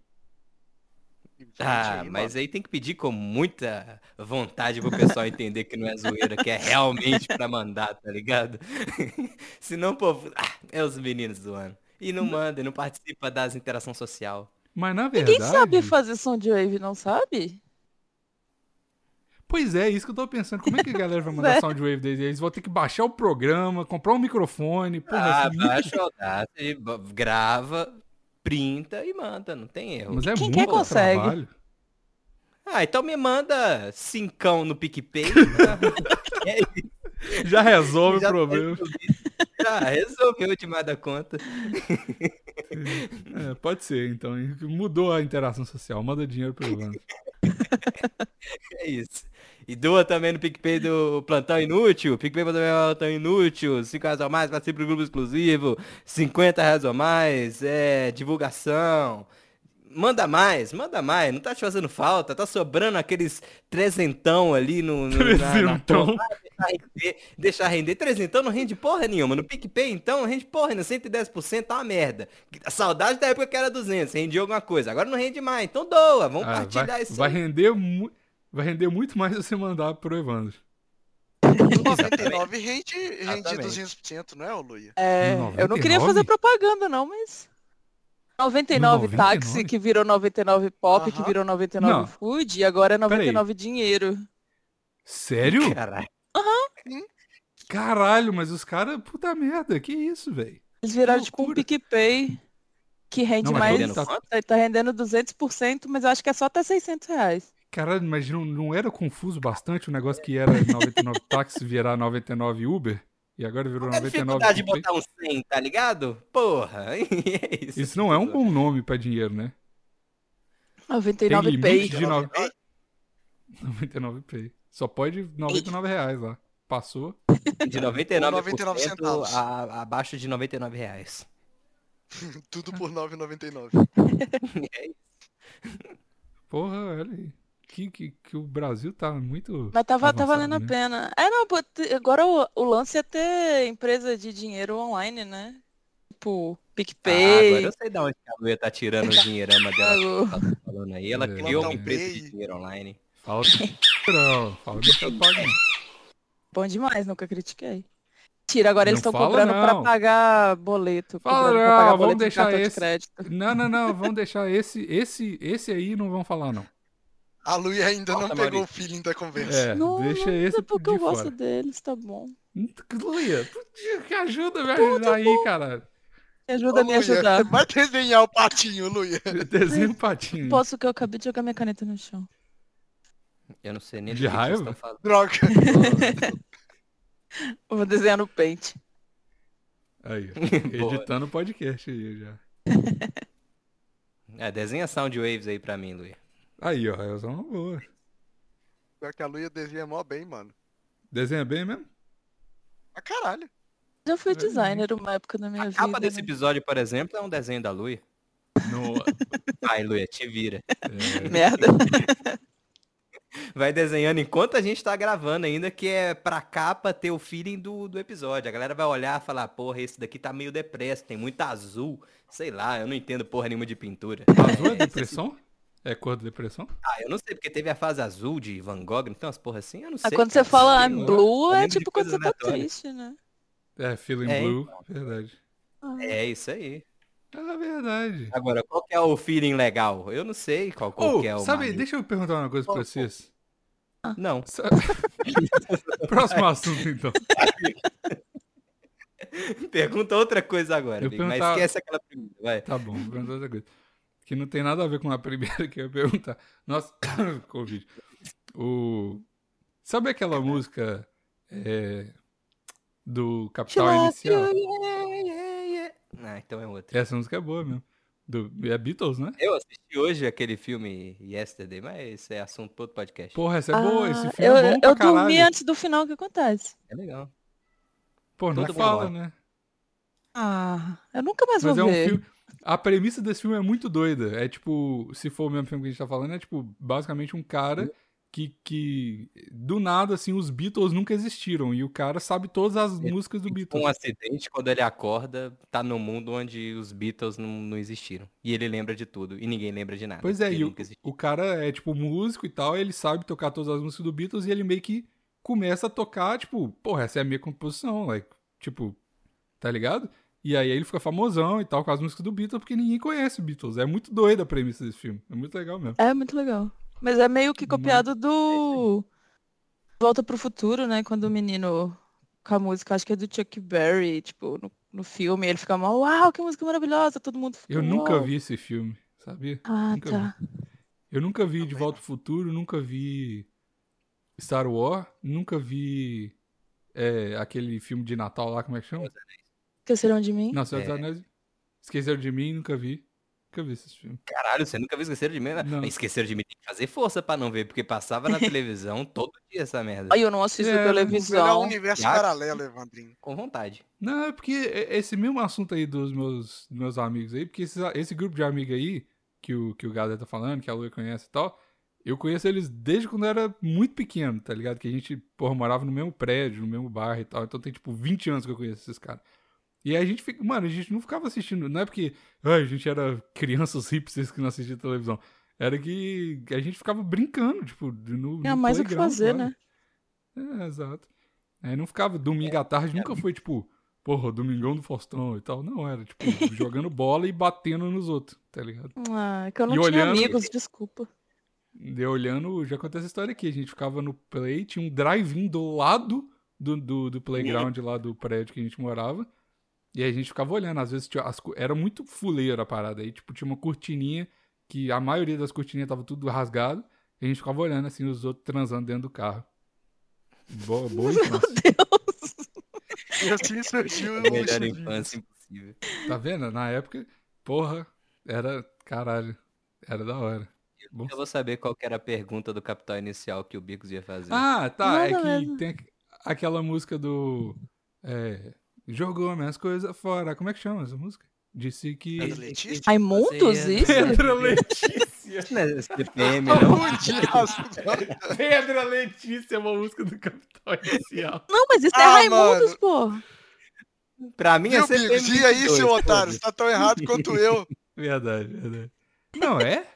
Ah, mas aí tem que pedir com muita vontade pro pessoal entender que não é zoeira, que é realmente pra mandar, tá ligado? Senão, pô, ah, é os meninos zoando. E não manda, e não participa das interações sociais.
Mas na
Ninguém
verdade.
sabe fazer Soundwave, não sabe?
Pois é, isso que eu tô pensando. Como é que a galera vai mandar
É.
Soundwave deles? Eles vão ter que baixar o programa, comprar um microfone. Porra,
Ah,
assim, muito
baixa o Audacity, ba- grava, printa e manda, não tem erro.
Mas é
Quem
muito
quer consegue.
trabalho.
Ah, então me manda cincão no PicPay. É isso,
Já resolve
já
o
tá
problema.
resolvido. Já resolveu demais da conta.
É, pode ser, então. hein? Mudou a interação social. Manda dinheiro pro Evandro.
É isso. E doa também no PicPay do Plantão Inútil. PicPay do Plantão Inútil. 5 reais ou mais, participa do grupo exclusivo. 50 reais ou mais. É, divulgação. Manda mais, manda mais, não tá te fazendo falta, tá sobrando aqueles trezentão ali no... no na- na
Trezentão.
porra. Ah, deixar render, deixar render. Trezentão não rende porra nenhuma, no PicPay então não rende porra nenhuma, 110% tá uma merda. Saudade da época que era 200, rendia alguma coisa, agora não rende mais, então doa, vamos
Ah,
partilhar
vai,
isso
vai
aí.
render mu- vai render muito mais se você mandar pro Evandro.
é né? 99 rende, rende
Exatamente.
200%, não é, ô Luia?
É,
Um
eu não queria
99?
fazer propaganda, não, mas. 99
No 99?
táxi, que virou 99 pop, que
Aham.
virou 99
Não.
food, e agora é
Peraí.
99 dinheiro.
Sério?
Caralho.
Caralho, mas os caras, puta merda, que isso, velho?
Eles viraram
Que
tipo um
loucura.
PicPay que rende
Não, mas
mais.
rendendo
Tá...
quanto?
tá rendendo 200%, mas eu acho que é só até 600 reais.
Caralho, mas não, não era confuso bastante o negócio que era 99 táxi virar 99 Uber? E agora virou
Qual a
99
dificuldade de
PicPay?
botar um 100, tá ligado? Porra, é isso.
Isso não é um bom nome pra dinheiro, né? Tem
99 pay.
limite de 9... 99 pay. Só pode 99 reais lá. Passou.
De 99,
99 centavos.
a- abaixo de 99 reais.
Tudo por 9,99.
Porra, olha aí. Que, que, que o Brasil tá muito.
Mas tava, tá
avançado,
valendo a
né?
pena. É, não, pô, te- agora o, o lance é ter empresa de dinheiro online, né? Tipo,
Ah, agora
PicPay.
eu sei de onde que a Luia tá tirando o dinheirama dela.
Pago.
que ela tá falando aí. Ela
É.
criou uma
Plantão
empresa
Play.
de dinheiro online.
Falta. Não, falta que eu pague.
Bom demais, nunca critiquei. Tira, agora eles
Não
estão
fala,
cobrando pra
não.
pagar boleto.
Fala,
cobrando pra
não,
pagar
vamos
boleto de
deixar
cartão de
esse.
crédito.
Não, não, não. Vamos deixar esse, esse, esse aí não vão falar, não.
A Luia ainda não
Corta,
pegou
Maurício.
o feeling da conversa.
É,
Não,
deixa
não,
esse
é porque eu
de
gosto
fora.
deles, tá bom.
Luia, tu- que ajuda me ajudar aí, cara.
Me
Ô,
ajuda a me
Luia,
é
ajudar.
Vai desenhar o patinho, Luia.
Desenho um patinho.
Posso que eu acabei de jogar minha caneta no chão.
Eu não sei nem
De
do que vocês
raiva?
estão falando.
Droga.
Eu Vou desenhar no Paint.
Aí, ó.
Boa.
editando o podcast aí já.
É, desenha sound waves aí pra mim, Luia.
Aí, ó, essa é uma boa.
Pior que a Luia desenha mó bem, mano.
Desenha bem mesmo?
Pra caralho.
Já fui
Olha aí.
designer uma época da minha
A
vida.
capa desse
né?
episódio, por exemplo, é um desenho da Luia.
Não.
Ai, Luia, te vira.
é,
Merda.
Vai desenhando enquanto a gente tá gravando ainda, que é pra capa ter o feeling do, do episódio. A galera vai olhar e falar, porra, esse daqui tá meio depresso, tem muito azul. Sei lá, eu não entendo porra nenhuma de pintura.
azul é
É,
depressão? É cor de depressão?
Ah, eu não sei, porque teve a fase azul de Van Gogh, não tem umas porra assim, eu não sei.
Aí Ah, quando
cara,
você fala
sei
I'm
lá.
blue,
Eu
é
lembro de
tipo quando você
coisas
tá
aleatórias.
triste, né?
É, feeling
É,
blue, verdade.
É isso aí.
É verdade.
Agora, qual que é o feeling legal? Eu não sei qual, qual
Ô,
que é o
sabe,
maneiro.
deixa eu perguntar uma coisa pra vocês.
Não.
Sa- Próximo assunto, então.
Pergunta outra coisa agora,
Eu
Big, mas
perguntava-
esquece aquela pergunta, vai.
Tá bom, vou perguntar outra coisa. Que não tem nada a ver com a primeira que eu ia perguntar. Nossa, Covid. O... Sabe aquela música é, do Capital Inicial?
Ah, então é outra.
Essa música é boa mesmo. Do... É Beatles, né?
Eu assisti hoje aquele filme Yesterday, mas esse é assunto para outro podcast.
Porra, essa é boa, esse
Ah,
filme
eu
é bom pra
eu
caralho.
dormi antes do final, o que acontece?
É legal.
Pô, não
Todo mundo
fala,
gosta.
né?
Ah, eu nunca mais
Mas é
vou
um
ver.
filme... A premissa desse filme é muito doida. É tipo, se for o mesmo filme que a gente tá falando, é tipo, basicamente um
Uhum.
cara que, que do nada, assim, os Beatles nunca existiram. E o cara sabe todas as
É
Ele
músicas do
tipo
Beatles.
Um acidente, quando ele acorda, tá no mundo onde os Beatles não, não existiram. E ele lembra de tudo, e ninguém lembra de nada.
Pois é,
porque
e o,
nunca existiu.
o cara é, tipo, músico e tal, ele sabe tocar todas as músicas do Beatles e ele meio que começa a tocar, tipo, porra, essa é a minha composição, like, tipo, tá ligado? E aí ele fica famosão e tal com as músicas do Beatles, porque ninguém conhece Beatles. É muito doida a premissa desse filme. É muito legal mesmo.
É muito legal. Mas é meio que
Muito.
copiado do Volta pro Futuro, né? Quando o menino com a música, acho que é do Chuck Berry, tipo, no, no filme, ele fica mal, uau, que música maravilhosa, todo mundo fica
Eu nunca
"Uau".
vi esse filme, sabia?
Ah,
nunca
tá.
Eu nunca vi De
Também
Volta ao Futuro, nunca vi Star Wars, nunca vi é, aquele filme de Natal lá, como é que chama?
Esqueceram de mim?
Não, Senhor dos
É.
Anéis. Esqueceram de mim, nunca vi. Nunca vi esses filmes.
Caralho, você nunca viu Esqueceram de Mim? né?
Não.
Esqueceram de Mim tem que fazer força pra não ver, porque passava na televisão todo dia essa merda.
Aí eu não assisto
É,
Melhor
televisão.
universo
Iago.
paralelo, Evandrinho.
Com vontade.
Não, é porque é esse mesmo assunto aí dos meus, dos meus amigos aí, porque esses- esse, grupo de amigos aí, que o, que o Gader tá falando, que a Lua conhece e tal, eu conheço eles desde quando eu era muito pequeno, tá ligado? Que a gente, porra, morava no mesmo prédio, no mesmo bairro e tal. Então tem, tipo, 20 anos que eu conheço esses caras. E aí a gente fica, mano, a gente não ficava assistindo. Não é porque ai, a gente era crianças hipsters que não assistia televisão. Era que a gente ficava brincando, tipo, no.
Tinha
no
É, mais o que
playground,
fazer,
sabe?
né?
É, exato. Aí não ficava domingo à tarde, nunca foi tipo, porra, domingão do Faustão e tal. Não, era tipo, jogando bola e batendo nos outros, tá ligado?
Ah, é que eu não
E
tinha
olhando-
amigos, desculpa.
E eu olhando, já contei essa história aqui. A gente ficava no play, tinha um drive-in do lado do, do, do playground lá do prédio que a gente morava. E a gente ficava olhando, às vezes tinha as co- era muito fuleira a parada. Aí, tipo, tinha uma cortininha que a maioria das cortininhas tava tudo rasgado. E a gente ficava olhando, assim, os outros transando dentro do carro. Boa, boa infância.
E assim surgiu o
Melhor
Luxo Livre.
infância impossível.
Tá vendo? Na época, porra, era. Caralho, era da hora. Bom.
Eu vou saber qual que era a pergunta do capital inicial que o Bicos ia fazer.
Ah, tá. é
Nada
que
mesmo.
tem aqu- aquela música do. É, jogou minhas coisas fora. Como é que chama essa música? Disse que.
Pedro Letícia?
Raimundos,
Fazia-
isso?
Pedra Letícia!
Não é CPM, não.
Confundido.
Pedra Letícia é uma música do Capital Inicial.
Não, mas isso é
Ah,
Raimundos, pô.
Pra mim é
Viu,
CPM.
Bigos? E aí,
22,
seu otário? Você
foda-se.
tá tão errado quanto eu.
Verdade, verdade. Não, é?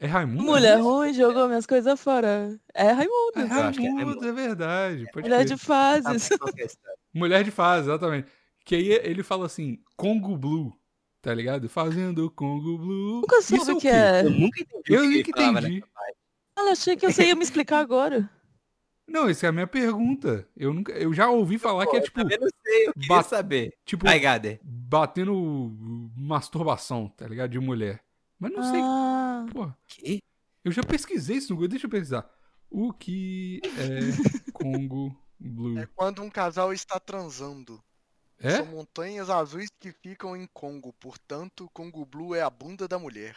É Raimundo?
Mulher ruim jogou minhas coisas fora. É Raimundos.
É
Eu acho que é
Raimundo, é verdade. Pode
Mulher
crer.
de fases.
Ah, qual que é a história?
Mulher de fase, exatamente. Que aí ele fala assim, Congo Blue, tá ligado? Fazendo Congo Blue.
Nunca soube
Isso é
o que
quê?
é.
Eu nunca entendi.
Eu
o
nunca
ele falava, né?
entendi.
Olha, achei que você ia me explicar agora.
Não, essa é a minha pergunta. Eu, nunca, eu já ouvi falar que é tipo,
tá Eu não sei, eu queria
Bat-
saber.
tipo
Vai, Gader.
batendo masturbação, tá ligado? De mulher. Mas não sei,
Ah,
porra.
Que?
Eu já pesquisei isso no Google, deixa eu pesquisar. O que é Congo Blue?
É quando um casal está transando. São
É?
montanhas azuis que ficam em Congo. Portanto, Congo Blue é a bunda da mulher.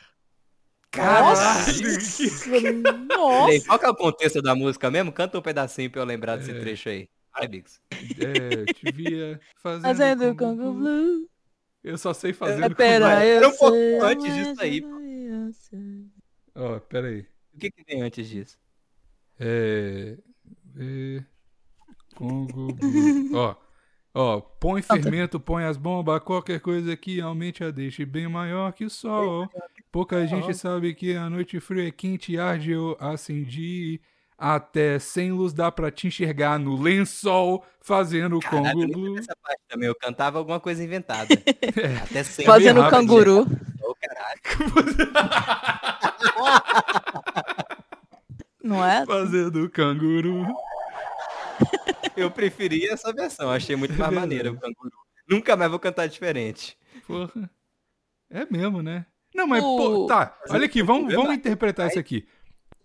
Caralho! que-
nossa.
Peraí, qual que é o contexto da música mesmo? Canta um pedacinho pra eu lembrar desse
É.
trecho aí. Vai, Bigos.
É, te via fazendo,
Mas é do Congo Blue.
Eu só sei
É,
fazer
pera,
Blue.
eu
Era um
sei,
pouquinho antes
mas
disso aí,
eu não sei.
Ó, pera aí.
O que que vem antes disso?
É. é, Congo. Blue. Ó. Ó, põe fermento, põe as bombas, qualquer coisa que aumente a deixe bem maior que o sol. Pouca gente sabe que a noite fria é quente, arde, eu acendi. Até sem luz dá pra te enxergar no lençol, fazendo o
Caralho, eu
Congo
nem
Blue.
lembro dessa parte também. Eu cantava alguma coisa inventada. Até sem
Fazendo
rápido,
canguru.
Ô, caralho.
Não
assim.
é?
Fazendo o canguru.
Eu preferia essa versão. Achei muito mais
É verdade.
maneira o canguru. Nunca mais vou cantar diferente.
Porra. É mesmo, né? Não, mas,
O-
pô, tá. Olha aqui, vamos, vamos
Vai.
interpretar isso aqui.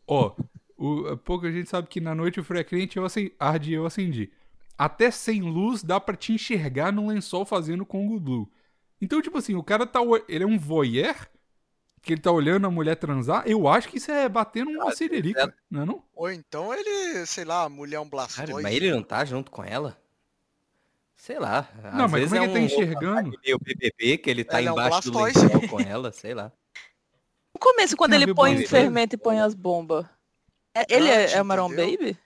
Ó, o, pouca gente sabe que na noite o frequente eu acen- arde e eu acendi. Até sem luz dá pra te enxergar no lençol fazendo Congo Blue. Então, tipo assim, o cara tá. o- Ele é um voyeur? Que ele tá olhando a mulher transar? Eu acho que isso é batendo uma siririca, não é não?
Ou então ele, sei lá, a mulher é um
Cara,
blastoide.
mas ele não tá junto com ela? Sei lá.
Não, mas
às vezes
como é que ele tá
um-
enxergando?
Meio BBB, que ele tá
Ela é um
embaixo do
Blastoise.
lençol com ela, sei lá.
No começo, quando
Não,
ele
viu,
põe
Bonnie?
o fermento e põe as bombas. É- Ele é, é
Entendeu?
Maron Baby?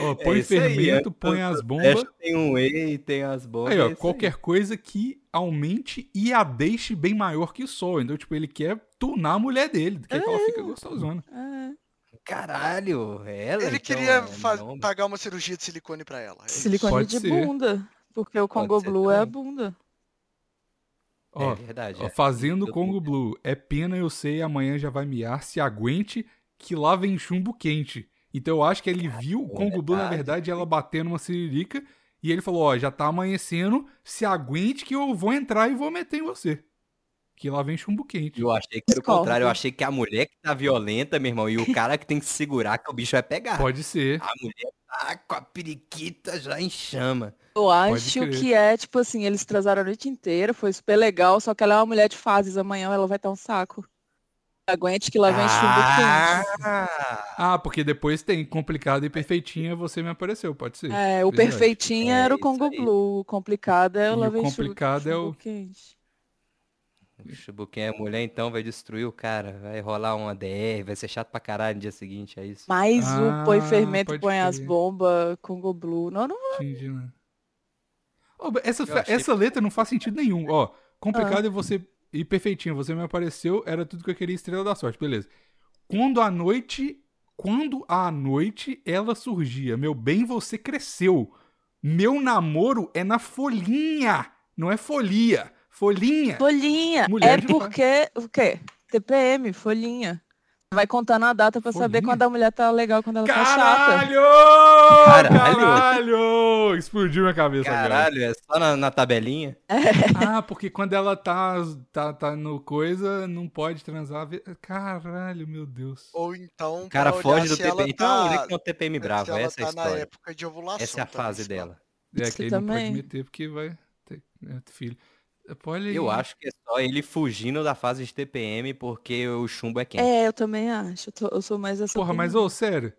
Ó, põe
isso aí,
fermento,
é.
põe as bombas.
Deixa, tem um E, tem as bombas.
Aí,
é
ó,
isso
qualquer coisa que aumente e a deixe bem maior que o sol. Então, tipo, ele quer tunar a mulher dele, quer que ela
É.
fica gostosona.
Ah,
aí. Caralho, ela.
Ele
então,
queria
é
faz- tá,
nome.
pagar uma cirurgia de silicone pra ela. É isso.
silicone
Pode
de
ser.
bunda. Porque o Congo
ser
Blue é a
também.
bunda.
Ó,
É verdade.
ó,
é.
fazendo
Eu-
Congo Blue. É pena, eu sei, amanhã já vai miar, se aguente, que lá vem chumbo quente. Então, eu acho que ele viu o
é
Congo Blue, na
verdade.
verdade, ela batendo uma siririca. E ele falou, ó, já tá amanhecendo, se aguente que eu vou entrar e vou meter em você. Que lá vem chumbo quente.
Eu achei que era o
Discordo.
contrário. Eu achei que a mulher que tá violenta, meu irmão, e o cara que tem que segurar que o bicho vai pegar.
Pode ser.
A mulher tá com a periquita já em chama.
Eu acho
crer.
que é, tipo assim, eles transaram a noite inteira, foi super legal, só que ela é uma mulher de fases, amanhã ela vai estar um saco. Aguente que lá vem chumbo quente.
Ah, porque depois tem complicado e perfeitinha, você me apareceu, pode ser.
É, o
verdade.
perfeitinho
É
era o
isso
Congo
aí.
Blue, o complicado é
E
o lá
o
vem chumbo-
complicado é o-
chumbo quente.
O Shibuken é mulher, então vai destruir o cara. Vai rolar uma DR, vai ser chato pra caralho no dia seguinte, é isso.
Mas o põe
Ah,
fermento,
pode
põe as
crer.
bombas, Congo Blue. Não, não
Entendi, né? Ô, mas essa,
Eu achei-
essa letra não faz sentido nenhum. Ó,
Ah.
complicado é você. E perfeitinho, você me apareceu, era tudo que eu queria, estrela da sorte, beleza. Quando a noite. Quando a noite ela surgia, meu bem, você cresceu. Meu namoro é na folhinha, não é folia. Folhinha.
Folhinha.
Mulher
é
de
porque. O quê? TPM, folhinha. Vai contando a data pra saber
Folhinha?
quando a mulher tá legal, quando ela tá chata.
Caralho!
Caralho!
Caralho! Explodiu minha cabeça agora.
Caralho, é só na, na tabelinha?
Ah, porque quando ela tá, tá, tá no coisa, não pode transar. ve- Caralho, meu Deus.
Ou então.
O cara
pra
foge
olhar
do
se ela
TPM. Então,
tá-
onde é que tem o TPM bravo?
se ela
Essa é a
tá na tá
história.
época de ovulação.
Essa é a
também,
fase
isso
dela.
É,
Isso
que aí não
também.
pode meter porque vai ter né, filho. Olha aí.
Eu acho que é só ele fugindo da fase de TPM porque o chumbo é quente.
É, eu também acho. Eu, tô- eu sou mais essa.
Porra, mas
opinião.
ô, sério.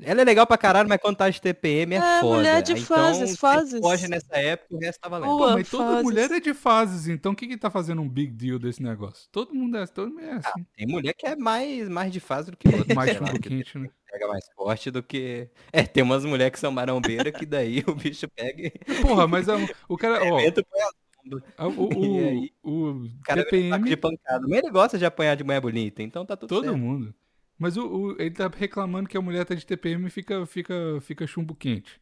Ela é legal pra caralho, mas quando tá de TPM é,
É,
foda.
mulher de
então,
fases,
se
fases.
Foge nessa época, o resto tá valendo.
Boa.
Pô, mas toda
fases.
mulher é de fases, então o que que tá fazendo um big deal desse negócio? Todo mundo é, todo mundo é assim.
Tem mulher que é mais, mais de fase do que outra.
mais
sei lá,
chumbo
que
quente, né?
Pega mais forte do que. É, tem umas mulheres que são marombeiras que daí o bicho pega e
Porra, mas a- o cara, ó,
arrebenta põe a-
a- o,
É E
o,
aí?
o,
o cara vira um saco de
TPM,
pancada. Mas ele gosta de apanhar de mulher bonita, então tá tudo
todo
certo.
mundo. Mas o, o- ele tá reclamando que a mulher tá de TPM e fica, fica, fica chumbo quente.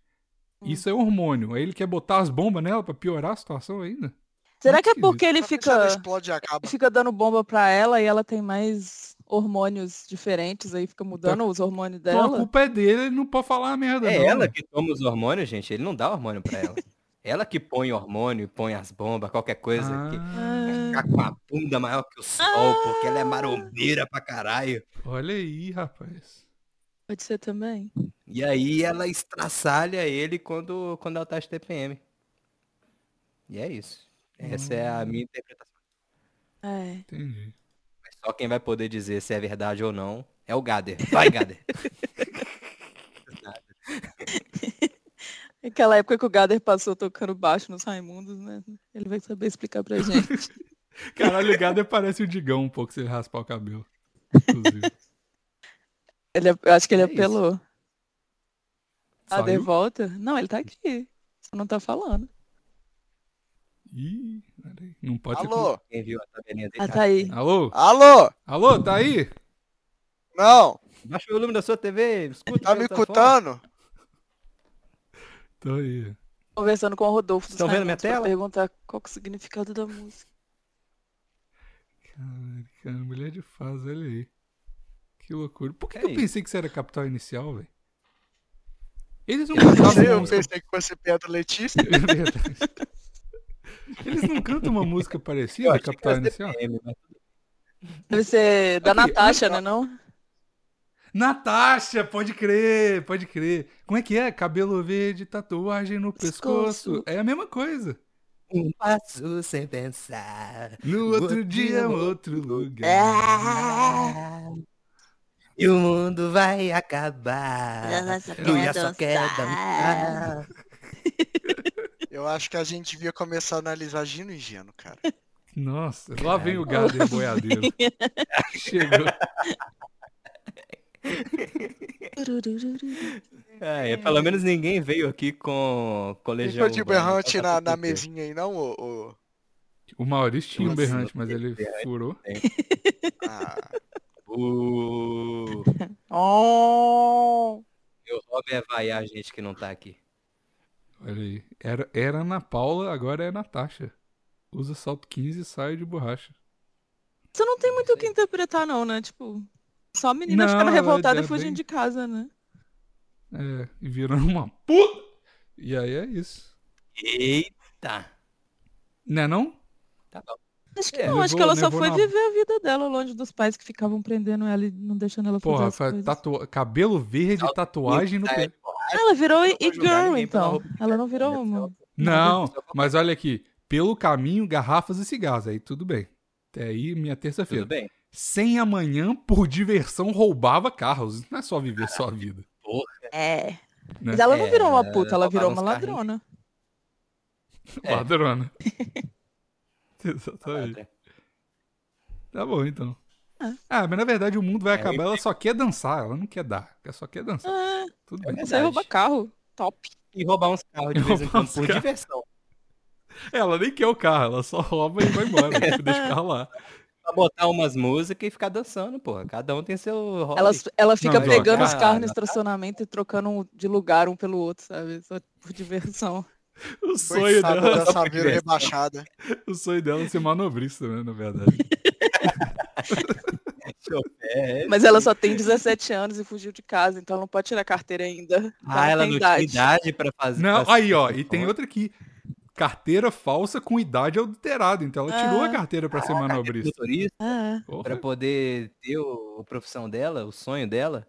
Hum.
Isso é hormônio. Aí ele quer botar as bombas nela pra piorar a situação ainda?
Será que é
Muito
porque ele
Talvez se ela
fica,
explode e acaba.
fica dando bomba pra ela e ela tem mais hormônios diferentes aí, fica mudando os hormônios
Então a
dela?
culpa é dele, ele não pode falar a merda.
É
não.
ela que toma os hormônios, gente. Ele não dá hormônio pra ela. ela que põe hormônio, põe as bombas, qualquer coisa. Que...
Ah,
Ficar com a bunda maior que o sol, porque ela é marombeira pra caralho.
Olha aí, rapaz.
pode ser também.
E aí ela estraçalha ele quando, quando ela tá de TPM. E é isso. Essa é
Hum.
a minha interpretação.
É.
Entendi.
Mas Só quem vai poder dizer se é verdade ou não é o Gader. Vai, Gader.
Aquela época que o Gader passou tocando baixo nos Raimundos, né? Ele vai saber explicar pra gente.
Caralho, o Gader parece o Digão um pouco se ele raspar o cabelo. Inclusive.
Ele, eu acho que ele
É isso.
apelou.
Tá
Ah, de
Saiu?
volta? Não, ele tá aqui. Só não tá falando.
Ih, peraí. Não pode
é
ser.
Alô?
Quem viu a tabelinha dele?
Ah, tá aí.
com- Alô?
Alô?
Alô, tá aí?
Não,
Baixa o volume da sua TV, escuta.
tá
pelo
me
telefone.
cutando?
Tô Tá aí.
Conversando com o Rodolfo. dos
Estão vendo minha
Raimundos pra
tela?
Perguntar qual que é o significado da música.
Caralho, cara, mulher de fase, olha aí. Que loucura. Por que,
É
que eu
isso.
pensei que isso era capital inicial, velho? Eles não
Não
cantavam
sei, Tá eu
música-
pensei que fosse piada Letícia.
É verdade. Eles não cantam uma música
Eu
parecida,
achei que
capital
era
inicial?
TPM, mas
Deve ser da
Aqui, olha
Natasha,
só.
né não?
Natasha, pode crer, pode crer. Como é que é? Cabelo verde, tatuagem no pescoço.
Pescoço.
É a mesma coisa.
Um passo sem pensar.
No outro dia, um outro lugar.
Ah, E o mundo vai acabar. Eu já só quero
Ah.
dançar.
Eu acho que a gente devia começar a analisar Gino e Gino, cara.
Nossa, lá vem o gado e boiadeiro. Chegou.
É, pelo menos ninguém veio aqui com
Tem
colegial.
Código tipo Errante na, na mesinha aí, não, ô? ô?
O Maurício tinha um
Nossa,
berrante, mas ele furou.
Ah,
O
Oh!
meu hobby é vaiar a gente que não tá aqui.
Olha aí. Era, era Ana Paula, agora é Natasha. Usa salto 15 e saia de borracha.
Você não tem muito o que interpretar, não, né? Tipo, só a menina
Não,
ficando
ela
revoltada
é
e fugindo
bem-
de casa, né?
É, e virando uma puta. E aí é isso.
Eita!
Né não?
Tá bom.
Acho que
É,
não, acho
levou-
que ela só
levou
foi
na-
viver a vida dela longe dos pais que ficavam prendendo ela e não deixando ela fazer
Porra, tá-
as coisas. Ah,
tatua... cabelo verde,
Salto
tatuagem no
Tá,
pé.
é, porra,
Ela virou
não vou julgar
e-girl,
ninguém pela
então.
roupa.
Ela não virou uma.
Não, mas olha aqui. Pelo caminho, garrafas e cigarros. Aí tudo bem. Até aí, minha
Tudo
terça-feira.
bem.
100 amanhã por diversão roubava carros. Isso não é só viver só a vida.
É. Mas
Né?
ela não
É,
virou uma puta, ela
roubava
virou
uns
uma
carrinhos.
ladrona.
É.
Ladrona. Exatamente.
tá.
Tá bom, então.
Ah.
Ah, mas na verdade o mundo vai
É,
acabar, ela só quer dançar, ela não quer dar, ela só quer dançar.
Ah,
Tudo
É
bem.
você
verdade.
rouba carro. Top.
E roubar uns carros de
E
vez em
roubar
quando
uns
por
carros.
diversão.
Ela nem quer o carro, ela só rouba e vai embora, tipo, deixa o carro lá.
Pra botar umas músicas e ficar dançando, porra. Cada um tem seu hobby.
Ela, ela fica
Não, mas-
pegando os
Ah,
carros no
não.
estacionamento e trocando um- de lugar um pelo outro, sabe? Só por diversão.
O sonho
Coitada
dela, é
da Saveiro rebaixada.
o sonho dela é ser manobrista, né, na verdade.
É, é.
Mas ela só tem 17 anos e fugiu de casa, então ela não pode tirar carteira ainda.
Ah, ela
tem
não tinha idade pra fazer.
Não,
pra-
aí ó, e tem outra aqui. Carteira falsa com idade adulterada, então ela tirou a
Ah.
carteira pra ser manobrista.
motorista
Ah,
Pra
Porra,
poder ter o, a profissão dela, o sonho dela.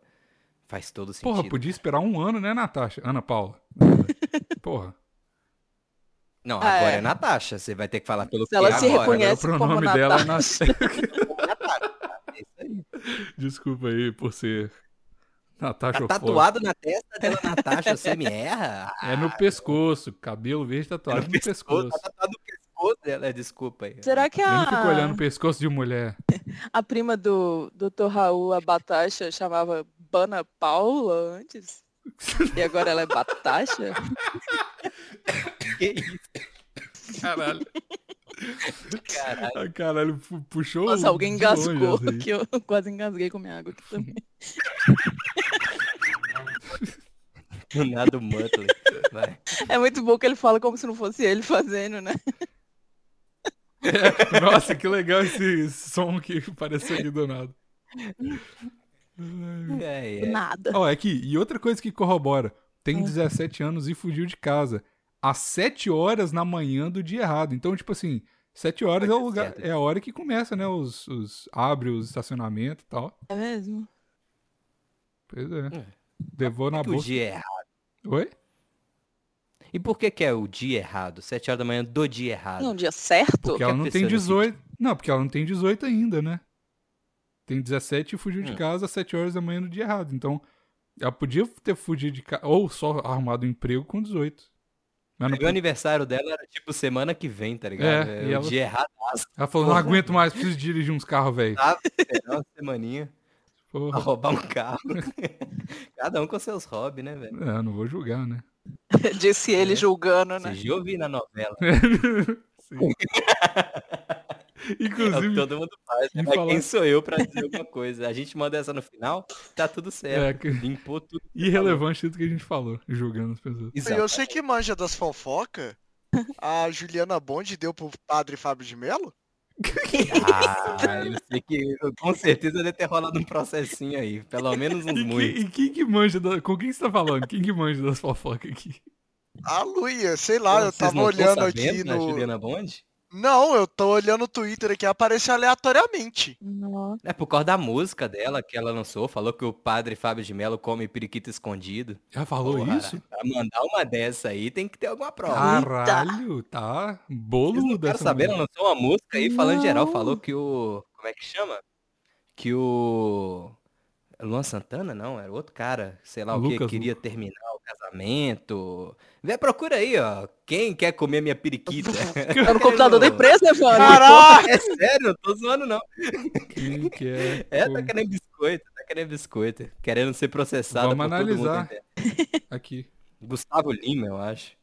Faz todo sentido.
porra, podia esperar um ano, né, Natasha? Ana Paula. Porra.
Não,
Ah,
agora é.
é.
Natasha. Você vai ter que falar pelo
Se ela
que é
se
agora.
Agora, o
reconhece como
pronome
Natasha.
dela é na...
É isso aí.
Desculpa aí por ser Natasha
Tá
Ofoca.
tatuado na testa dela, Natasha. Você me erra?
É no pescoço, cabelo verde tatuado no, pescoço.
Tá tatuado no pescoço dela. Desculpa aí.
será que
Eu não fico olhando
a,
o pescoço de mulher.
a prima do Dr. Raul, a Batasha, chamava Bana Paula antes? E agora ela é Batasha?
que isso,
Caralho.
caralho?
Ah, Caralho, pu- puxou.
Nossa, alguém
de longe assim.
engasgou,
essa aí.
que eu quase engasguei com minha água aqui também.
Do nada o Muttley. Vai.
É muito bom que ele fala como se não fosse ele fazendo, né?
Nossa, que legal esse som que apareceu aqui do nada. Ai,
É, é.
Nada.
Ó, é que, e outra coisa que corrobora: tem
Ah.
17 anos e fugiu de casa. Às 7 horas na manhã do dia errado. Então, tipo assim, 7 horas é, o
Tá
lugar,
certo.
é a hora que começa, né? Os, os- abre os estacionamentos e tal.
É mesmo?
Pois é.
É.
Levou na
Que o
bolsa.
dia é errado.
Oi?
E por que que é o dia errado? Sete horas da manhã do dia errado.
Não, dia certo?
Porque
que
ela
a
não
pessoa
tem
não
18. Não, porque ela não tem 18 ainda, né? Tem 17 e fugiu de
Hum.
casa às 7 horas da manhã no dia errado. Então, ela podia ter fugido de casa. Ou só arrumado um emprego com 18. Mas não
Meu aniversário dela era tipo semana que vem, tá ligado?
É,
É,
e
o
ela-
dia errado,
Ela falou, não
Porra.
aguento mais, preciso dirigir uns carros, velho.
esperar uma semaninha pra
Porra.
roubar um carro. Cada um com seus hobbies, né, velho?
É, não vou julgar, né?
Disse ele
É.
julgando, né?
Você já ouvi na novela. né?
Sim.
É o que
Inclusive,
todo mundo faz. né?
em
Mas
falar-
quem sou eu pra dizer alguma coisa? A gente manda essa no final, tá tudo certo.
é, que-
Limpou tudo.
irrelevante tudo que a gente falou, julgando as pessoas.
E eu sei que manja das fofocas. A Juliana Bond deu pro padre Fábio de Mello?
Ah, eu sei que eu- com certeza deve ter rolado um processinho aí. Pelo menos
E,
uns
que-
muitos.
e quem que manja da... Com quem você tá falando? Quem que manja das fofocas aqui?
A Luia, sei lá, Ah, eu
Vocês
tava
não tão
olhando
sabendo
aqui
da
no.
Juliana Bond?
Não, eu tô olhando o Twitter aqui, aparece aleatoriamente.
Nossa.
É por causa da música dela que ela lançou, falou que o padre Fábio de Mello come periquito escondido.
Já falou
Porra,
isso?
Pra mandar uma dessa aí tem que ter alguma prova.
Ah, Caralho, tá
Vocês não
bolo
quero
dessa
saber, ela
mulher.
lançou uma música aí falando geral,
Não.
falou que o. Como é que chama? Que o. Luan Santana, não, era outro cara, sei lá o que,
Lucas
queria terminar o casamento. Vê, procura aí, ó. Quem quer comer minha periquita?
Tá no computador da empresa, Evandro?
Caraca!
É sério, não tô zoando, não.
Quem que é?
É,
Pô,
tá querendo biscoito, tá querendo biscoito. Querendo ser processado
Vamos
por todo mundo na
analisar.
internet.
Aqui.
Gustavo Lima, eu acho.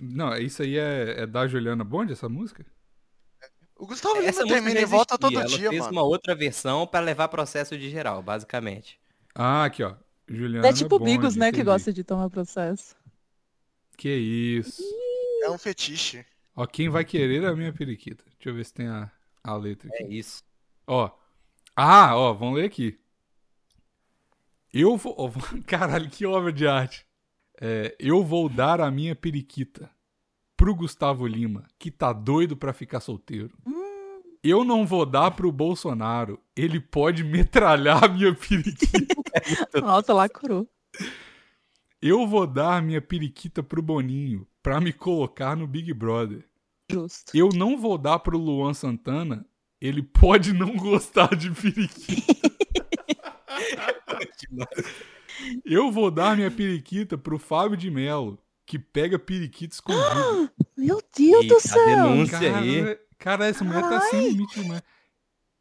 Não, isso aí é, é da Juliana Bond, essa música?
O Gustavo
Essa
Lima
música
termina
já
e volta
existia,
todo
ela
dia,
fez
mano.
uma outra versão pra levar processo de geral, basicamente.
Ah, aqui, ó. Juliana
É tipo o
Bond,
Bigos, né, que
Ah, entendi.
gosta de tomar processo.
Que isso.
É um fetiche.
Ó, quem vai querer é a minha periquita. Deixa eu ver se tem a, a letra
É
aqui.
isso.
Ó. Ah, ó, vamos ler aqui. Eu vou. ó, caralho, que obra de arte. É, eu vou dar a minha periquita pro Gustavo Lima, que tá doido pra ficar solteiro. Eu não vou dar pro Bolsonaro. Ele pode metralhar a minha periquita.
Nossa, lacrou.
Eu vou dar a minha periquita pro Boninho pra me colocar no Big Brother.
Justo.
Eu não vou dar pro Luan Santana Ele pode não gostar de periquita. Eu vou dar minha periquita pro Fábio de Melo, que pega periquita escondido.
Meu Deus
Eita,
do céu!
denúncia. Isso aí.
Cara, cara, essa mulher tá sem limite demais.
Eu...
Eu-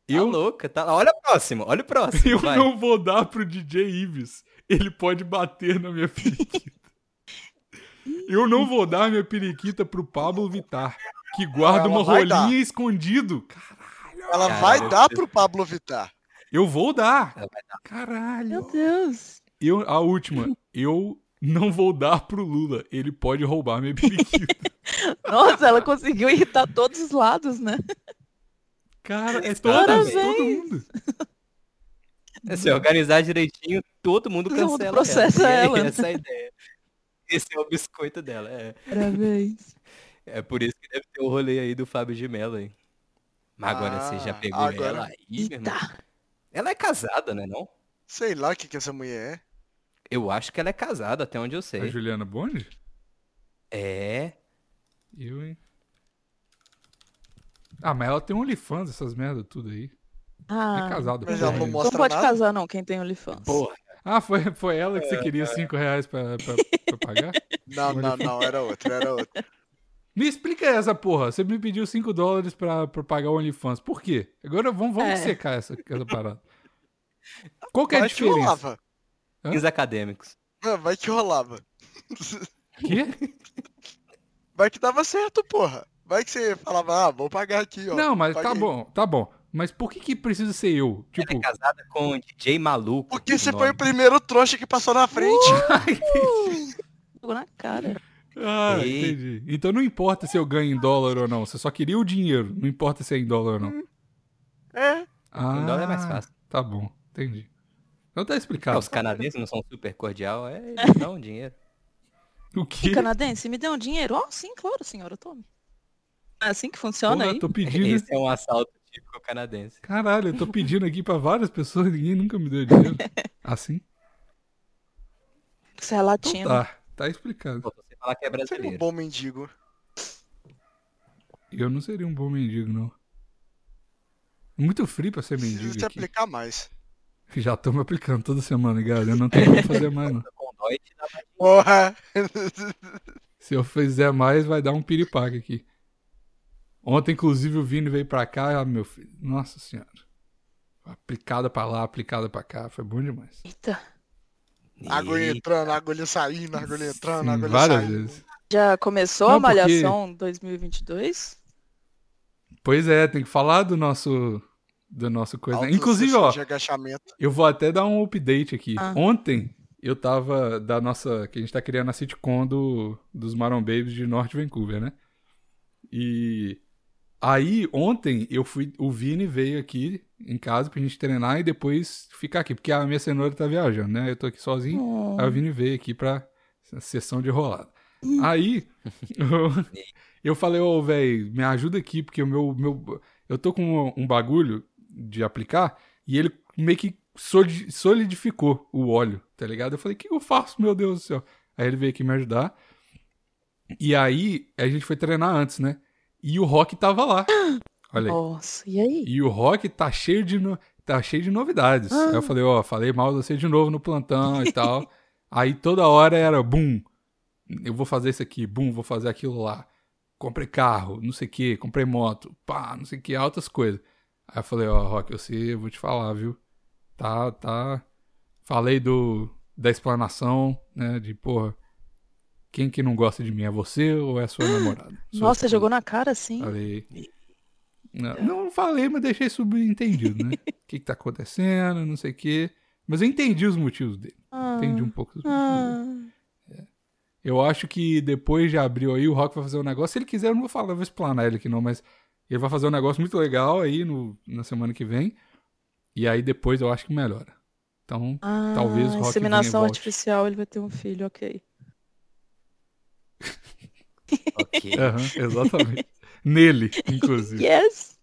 Tá louca, tá? Olha o próximo, olha o próximo.
Eu
vai.
não vou dar pro DJ Ives. Ele pode bater na minha periquita. Eu não vou dar minha periquita pro Pablo Vittar, que guarda
Ela
uma
vai
rolinha
dar.
escondido. Caralho.
Ela
Cara,
vai
eu-
dar pro Pablo Vittar.
Eu vou dar.
Ela
Caralho.
Meu Deus!
Eu, a última. Eu não vou dar pro Lula. Ele pode roubar minha periquita.
Nossa, ela conseguiu irritar todos os lados, né?
Cara, é todo,
Parabéns.
todo mundo.
Se organizar direitinho, todo mundo
Todo mundo
cancela ela.
processa
E é
ela.
Essa é a ideia. Esse é o biscoito dela. É,
Parabéns.
é por isso que deve ter o rolê aí do Fábio de Mello, hein? Mas agora você já
Ah,
pegou
agora-
ela aí, meu irmão?
Eita!
Ela é casada, né, não?
Sei lá o que, que essa mulher é.
Eu acho que ela é casada, até onde eu sei.
A Juliana Bond?
É.
Eu, hein? Ah, mas ela tem OnlyFans, essas merda tudo aí. é
Ah,
casada.
Mas
porra.
ela não
não
mostra
pode
nada.
casar não, quem tem OnlyFans.
Porra.
Ah, foi, foi ela
É,
que você queria 5 reais pra, pra, pra pagar?
Não, não, não, era outra, era outra.
Me explica essa porra. Você me pediu 5 dólares pra, pra pagar o OnlyFans. Por quê? Agora vamos, vamos
É.
secar essa, essa parada. Qual que é a
Vai que
diferença?
rolava.
Hã?
Fins acadêmicos.
Não, Vai que rolava.
Quê?
Vai que dava certo, porra. Vai que você falava, ah, vou pagar aqui, ó.
Não, mas tá
Paguei.
bom, tá bom. Mas por que que precisa ser eu?
Ela
Tipo,
é casada com o DJ Maluco.
Porque você
o
foi o
nome.
primeiro trouxa que passou na frente.
Jogou na cara.
ah,
Ei.
entendi. Então não importa se eu ganho em dólar ou não. Você só queria o dinheiro. Não importa se é em dólar ou não.
É.
Ah,
Hum. Em dólar é mais fácil.
Tá bom, entendi. Então tá
Ah,
explicado.
os canadenses não são super cordial, é, não, dinheiro.
O
E
que?
canadense, me dê um dinheiro? Ó, sim, claro, senhora, tome. É assim que funciona
Porra,
aí?
tô pedindo
Esse é um assalto típico canadense.
Caralho, eu tô pedindo aqui pra várias pessoas, ninguém nunca me deu dinheiro. Assim?
Você é
Então
latino.
tá, tá explicado.
Pô, você falar que é
Seria um
brasileiro.
bom mendigo.
é Eu não seria um bom mendigo, não. Muito frio pra ser
Preciso
mendigo
se
aqui.
aplicar mais.
Já tô me aplicando toda semana, galera. Eu não tenho como fazer mais, não.
Com Deutsch, dá pra-
Porra!
Se eu fizer mais, vai dar um piripaque aqui. Ontem, inclusive, o Vini veio pra cá, ah, meu filho. Nossa senhora. Aplicada pra lá, aplicada pra cá. Foi bom demais.
Eita.
agulha
Ih,
entrando, agulha saindo, agulha entrando,
Sim,
agulha
várias
saindo.
vezes.
Já começou
Não,
a
porque-
Malhação 2022?
Pois é, tem que falar do nosso. Do nosso coisa. né?
Alta
Inclusive,
sessão
ó.
De agachamento.
Eu vou até dar um update aqui.
Ah.
Ontem eu tava da nossa. que a gente tá criando a sitcom do, dos Maron Babies de North Vancouver, né? E. Aí, ontem, eu fui. O Vini veio aqui em casa pra gente treinar e depois ficar aqui, porque a minha cenoura tá viajando, né? Eu tô aqui sozinho.
Hum.
Aí o Vini veio aqui pra sessão de rolada. Aí, eu, eu falei, ô, velho, me ajuda aqui, porque o meu, meu... Eu tô com um bagulho de aplicar e ele meio que soli- solidificou o óleo, tá ligado? Eu falei, o que eu faço, meu Deus do céu? Aí ele veio aqui me ajudar. E aí, a gente foi treinar antes, né? E o Rock tava lá. Olha aí.
Nossa, e aí?
E o rock tá cheio de, no- tá cheio de novidades.
Ah.
Aí eu falei, ó, falei mal de você de novo no plantão e tal. Aí toda hora era, bum, eu vou fazer isso aqui, bum, vou fazer aquilo lá. Comprei carro, não sei o que, comprei moto, pá, não sei o que, altas coisas. Aí eu falei, ó, Rock, eu sei, eu vou te falar, viu? Tá, tá. Falei do da explanação, né, de, porra, quem que não gosta de mim é você ou é a sua namorada? Sua
Nossa,
esposa?
jogou na cara, assim? sim.
Falei. Não, não falei, mas deixei subentendido, né? O que, que tá acontecendo, não sei o quê. Mas eu entendi os motivos dele.
Ah,
Entendi um pouco os motivos dele.
ah.
Eu acho que depois de abril aí, o Rock vai fazer um negócio. Se ele quiser, eu não vou falar, eu vou explanar ele aqui não, mas ele vai fazer um negócio muito legal aí no, na semana que vem. E aí depois eu acho que melhora. Então,
Ah,
Talvez Rock
inseminação
venha e volte.
artificial, ele vai ter um filho, ok.
ok.
aham, exatamente. Nele, inclusive.
Yes!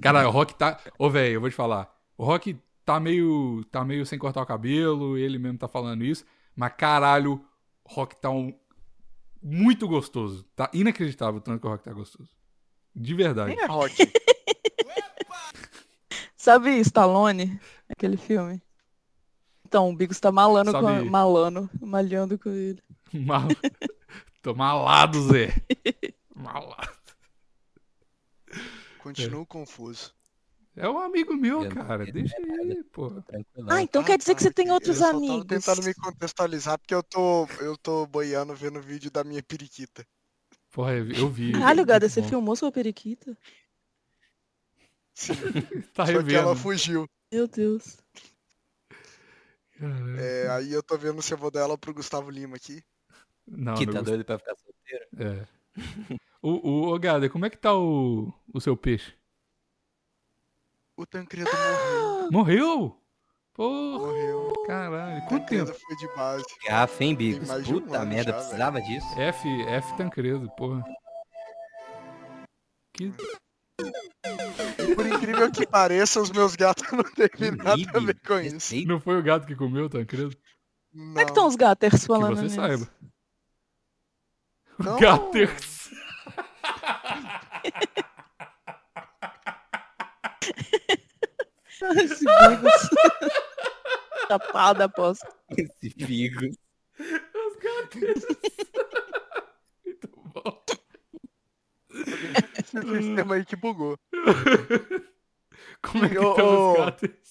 Cara, o Rock tá. Ô, velho, eu vou te falar. O Rock tá meio. tá meio sem cortar o cabelo, ele mesmo tá falando isso. Mas caralho, o Rock tá um. Muito gostoso. Tá inacreditável o tanto que o Rock tá gostoso. De verdade.
Quem é rock?
Sabe Stallone? Aquele filme? Então, o Bigos tá malando com a-
Sabe-
malando, malhando com ele.
Mal... Tô malado, Zé. Malado.
Continuo confuso.
É um amigo meu,
Eu não
cara.
entendo
Deixa ele, pô.
Tranquilão.
Ah, então
Ah,
quer dizer
tá,
que você tem
entendi.
outros
eu
amigos.
Tô tentando me contextualizar porque eu tô, eu tô boiando vendo vídeo da minha periquita.
Porra, eu vi- eu vi. Tá
Caralho, Gada, Ah, você
Muito bom.
filmou sua periquita?
Tá
Só que ela
revendo.
fugiu.
Meu Deus.
Caralho.
É, aí eu tô vendo se eu vou dar ela pro Gustavo Lima aqui.
Não,
Que
não
tá
gostei.
doido pra ficar solteiro?
É. O, o, ô, Gada, como é que tá o, o seu peixe?
O Tancredo morreu.
Morreu? Porra,
Morreu.
caralho.
O
Quanto tempo?
Tancredo foi de base.
Garrafa, hein, Bigos?
mais de um
Puta
ano
merda,
já,
precisava disso?
F, F Tancredo, porra. Que...
E por incrível que pareça, os meus gatos não teve nada a
Ih,
ver com isso.
respeito.
Não foi o gato que comeu o Tancredo?
Como é que
então,
estão os gaters
Que
falando
você
nisso?
saiba.
Não,
Gaters.
Esse Bigos. Tapado, aposto.
Esse Bigos.
Os gaters. Muito bom.
Esse sistema aí que bugou.
Como é que
Ô,
estão os
ô.
gaters?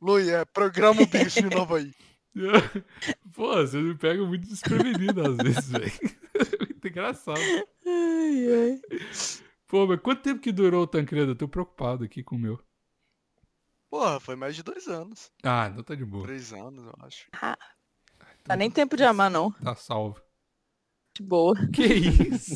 Luia, é, programa o bicho de novo aí.
Pô, vocês me pegam muito desprevenido às vezes, velho. Muito engraçado.
Ai, ai.
Pô, mas quanto tempo que durou o Tancredo? Eu tô preocupado aqui com o meu.
Porra, foi mais de dois anos.
Ah, não tá de boa.
Três anos, eu acho.
Dá Tá nem tempo de amar, não.
Tá salvo.
De boa.
Que isso?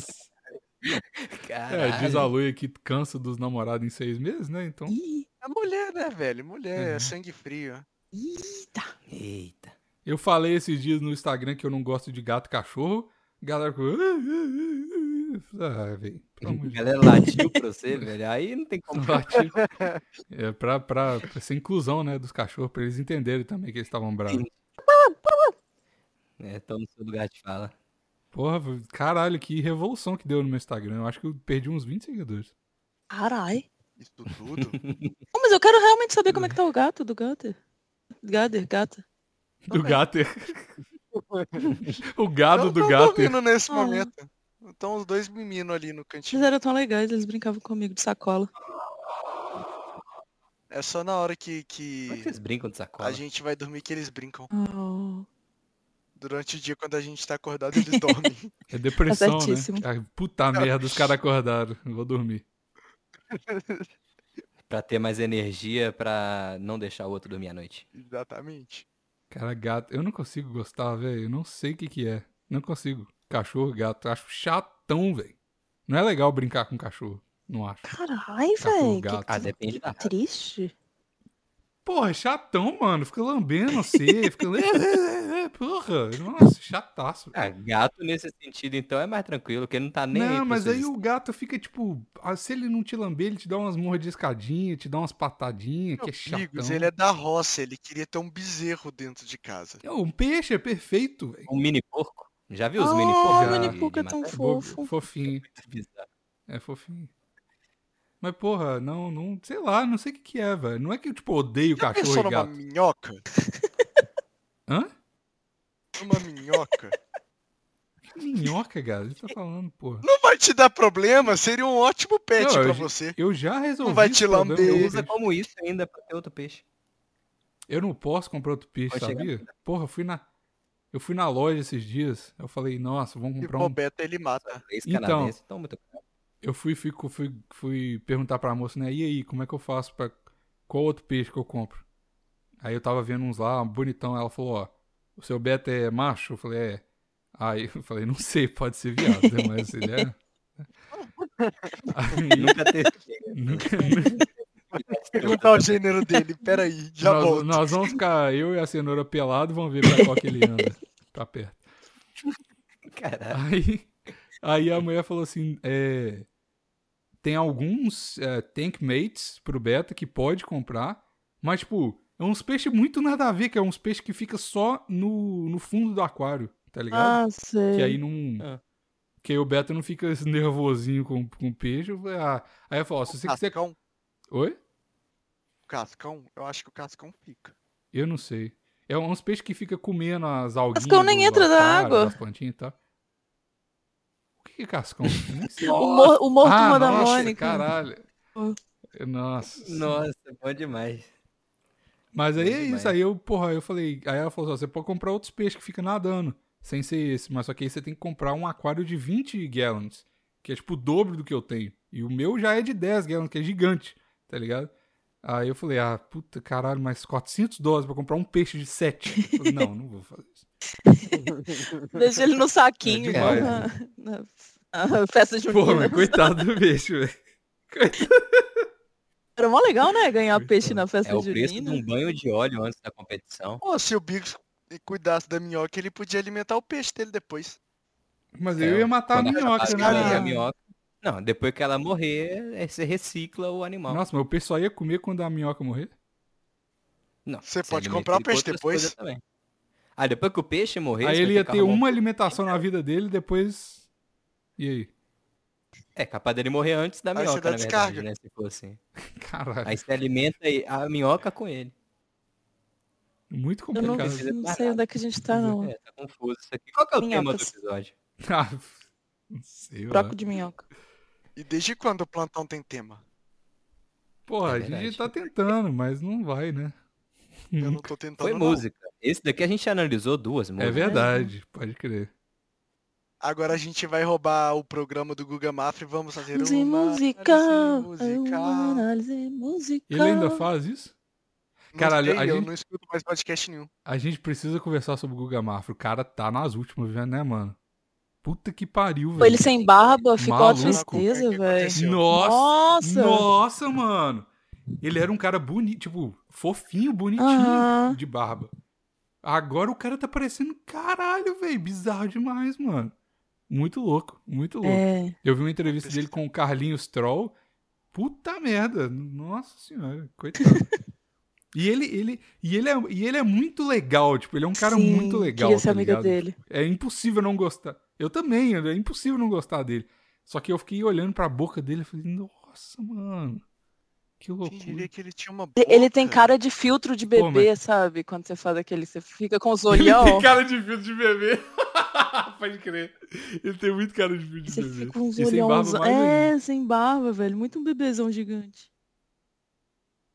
É, diz a
Caralho.
Lui que cansa dos namorados em seis meses, né? Então.
Ih,
É mulher, né, velho? Mulher,
Uhum.
é sangue frio.
eita.
Eita.
Eu falei esses dias no Instagram que eu não gosto de gato e cachorro. A galera ficou. "Ah, ah, ah, ah." Ah, velho. Pelo amor
A
de Deus.
galera latiu pra você, velho. Aí não tem como.
Latido. É pra, pra, pra ser inclusão, né? Dos cachorros, pra eles entenderem também que eles estavam bravos.
É, toma no seu lugar de fala.
Porra, velho, caralho, que revolução que deu no meu Instagram. Eu acho que eu perdi uns 20 seguidores.
Carai.
Isso tudo.
Não, mas eu quero realmente saber como é que tá o gato do Gater. Gater, gata.
Do
Ok.
gato. o
Não
gado do
tão
gato.
dormindo nesse
Ah.
momento. Estão os dois meninos ali no cantinho.
Eles
é
eram tão legais, eles brincavam comigo de sacola.
É só na hora que, que
Como é que vocês brincam de sacola?
a gente vai dormir que eles brincam.
Oh.
Durante o dia, quando a gente tá acordado, eles dormem.
É depressão,
Tá certíssimo.
né? Ah, Puta merda, os caras acordaram. Eu vou dormir.
Pra ter mais energia pra não deixar o outro dormir à noite.
Exatamente.
Cara, gato. Eu não consigo gostar, velho. Eu não sei o que que é. Não consigo. Cachorro, gato. eu Acho chatão, velho. Não é legal brincar com cachorro. Não acho.
Carai,
Cachorro,
velho.
gato.
Ah,
Que,
depende da
que triste.
Porra, é chatão, mano. Fica lambendo você. Fica... É, Porra. Nossa, chataço.
Ah, gato nesse sentido, então, é mais tranquilo, porque não tá nem aí
não,
pros
mas
seus
aí o gato fica tipo. ah, Se ele não te lamber, ele te dá umas mordiscadinhas, te dá umas patadinhas, que é
Meu
chatão.
Bigos, ele é da roça, ele queria ter um bezerro dentro de casa.
É Um peixe é perfeito, velho.
Um mini porco. Já viu os
Ah,
mini
o
porcos?
mini
de- de
porco é tão
matar?
Bo-
Fofo.
Fofinho. É fofinho. Mas, porra, não, não, sei lá, não sei o que que é, velho. Não é que eu, tipo, odeio
Já
cachorro
pensou
e
numa
gato.
minhoca?
Hã?
Numa minhoca?
Que minhoca, cara? Você tá falando, porra.
Não vai te dar problema, seria um ótimo pet
Não, eu
pra
já-
você.
Eu já resolvi
vai
esse
te
problema.
lamber.
Eu,
é Usa como isso ainda pra ter outro peixe.
eu não posso comprar outro peixe,
Pode chegar.
sabia? Porra, eu fui na... Eu fui na loja esses dias, eu falei, nossa, vamos
Se
comprar um...
bobeta, ele mata.
Esse
Então.
canadense, então, muito
Eu fui, fui, fui, fui perguntar pra moça, né, e aí, como é que eu faço pra... Qual outro peixe que eu compro? Aí eu tava vendo uns lá, bonitão, ela falou, ó, o seu beta é macho? Eu falei, é. Aí eu falei, não sei, pode ser viado, né, mas ele é... Aí,
Nunca testei.
nunca-
Perguntar o gênero dele, peraí, já
nós,
volto.
nós vamos ficar, eu e a cenoura pelado, vamos ver pra qual que ele anda. Tá perto.
Caralho.
Aí, aí a mulher falou assim: é, tem alguns é, tankmates pro beta que pode comprar, mas, tipo, é uns peixes muito nada a ver, que é uns peixes que fica só no, no fundo do aquário, tá ligado?
Ah, sei.
que aí não.
Ah.
Que aí o beta não fica esse
Ah.
nervosinho com, com o peixe. eu falei, ah. Aí eu falo: ó, se você quiser.
Cascão,
Oi?
Cascão? Eu acho que o Cascão fica.
Eu não sei. É uns peixes que fica comendo as alguinhas.
Cascão nem
do
entra na
aquário,
água.
das plantinhas e tal. O que que é cascão? Eu nem sei.
O, mor o morto
ah,
da
nossa,
Mônica.
Caralho.
Pô.
Nossa.
Nossa, bom demais.
Mas aí é
Muito
isso.
bem.
Aí eu, porra, eu falei. Aí ela falou assim: "Ó, você pode comprar outros peixes que ficam nadando. Sem ser esse. Mas só que aí você tem que comprar um aquário de 20 gallons. Que é tipo o dobro do que eu tenho. E o meu já é de 10 gallons, que é gigante. Tá ligado? Aí eu falei: ah, puta caralho, mais 400 dólares pra comprar um peixe de 7. Falei, não, não vou fazer isso.
Deixa ele no saquinho.
É demais,
na, na- na festa de
Porra,
um
mas coitado do peixe, velho.
Era mó legal, né? Ganhar
Coitado.
peixe na festa
É o
de
preço
né?
de um banho de óleo antes da competição.
Pô, se o Bigos cuidasse da minhoca, ele podia alimentar o peixe dele depois.
Mas
É,
eu ia matar a
Quando
minhoca,
acaba de
né?
comer a
Ah.
minhoca- Não, depois que ela morrer, é, você recicla o animal.
Nossa, mas o peixe só ia comer quando a minhoca morrer?
Não,
Você pode
alimenta
comprar o
ele com
peixe
outras
depois.
coisas também. Ah, depois que o peixe morrer,
Aí
você
ele
vai
ia
que
ter
arrumar um-
uma alimentação na vida dele, depois. E aí?
É capaz dele morrer antes da
Aí você
minhoca,
dá
na verdade,
descarga.
né? Se for assim.
Caralho,
Aí você alimenta e- a minhoca com ele.
muito
Eu não,
complicado.
precisa
não
parar.
sei onde é que a gente tá, não.
É, tá confuso isso aqui. Qual que é o tema do
Minhocas.
episódio?
Ah, não sei,
Troco
mano.
de minhoca.
E desde quando o plantão tem tema?
Porra,
É
a gente
verdade.
tá tentando, mas não vai, né?
Eu
Uhum.
não tô tentando.
Foi
não.
música. Esse daqui a gente analisou duas
É
músicas.
verdade, pode crer.
Agora a gente vai roubar o programa do Guga Mafra e vamos fazer
Análise
uma
musical.
análise
uma
musical.
Análise musical.
Ele ainda faz isso?
Não
Caralho,
sei,
a
eu
gente-
não escuto mais podcast nenhum.
A gente precisa conversar sobre o Guga Mafra. O cara tá nas últimas, né, mano? Puta que pariu,
Pô,
velho.
ele sem barba, ficou a
Maluco.
tristeza,
O que que
velho.
aconteceu?
Nossa!
Nossa!
Nossa, mano! Ele era um cara bonito, tipo, fofinho, bonitinho.
Aham.
de barba. Agora o cara tá parecendo caralho, velho. Bizarro demais, mano. Muito louco, muito louco.
É.
Eu vi uma entrevista dele com o Carlinhos Troll. Puta merda. Nossa senhora, coitado. e ele, ele, e ele, é, e ele é muito legal, tipo, ele é um cara
Sim,
muito legal.
Queria ser
tá
amiga
ligado?
dele.
É impossível não gostar. Eu também, é impossível não gostar dele. Só que eu fiquei olhando pra boca dele e falei, nossa, mano. Que
Quem diria
loucura.
que ele tinha uma boca?
Ele- Ele tem cara de filtro de bebê,
Pô,
sabe? Quando você faz aquele, você fica com os
Ele
olhão,
tem cara de filho de bebê. Pode crer. Ele tem muito cara de filho de
você
bebê.
fica com uns
E sem barba
olhões.
mais ainda.
É, sem barba, velho. Muito um bebezão gigante.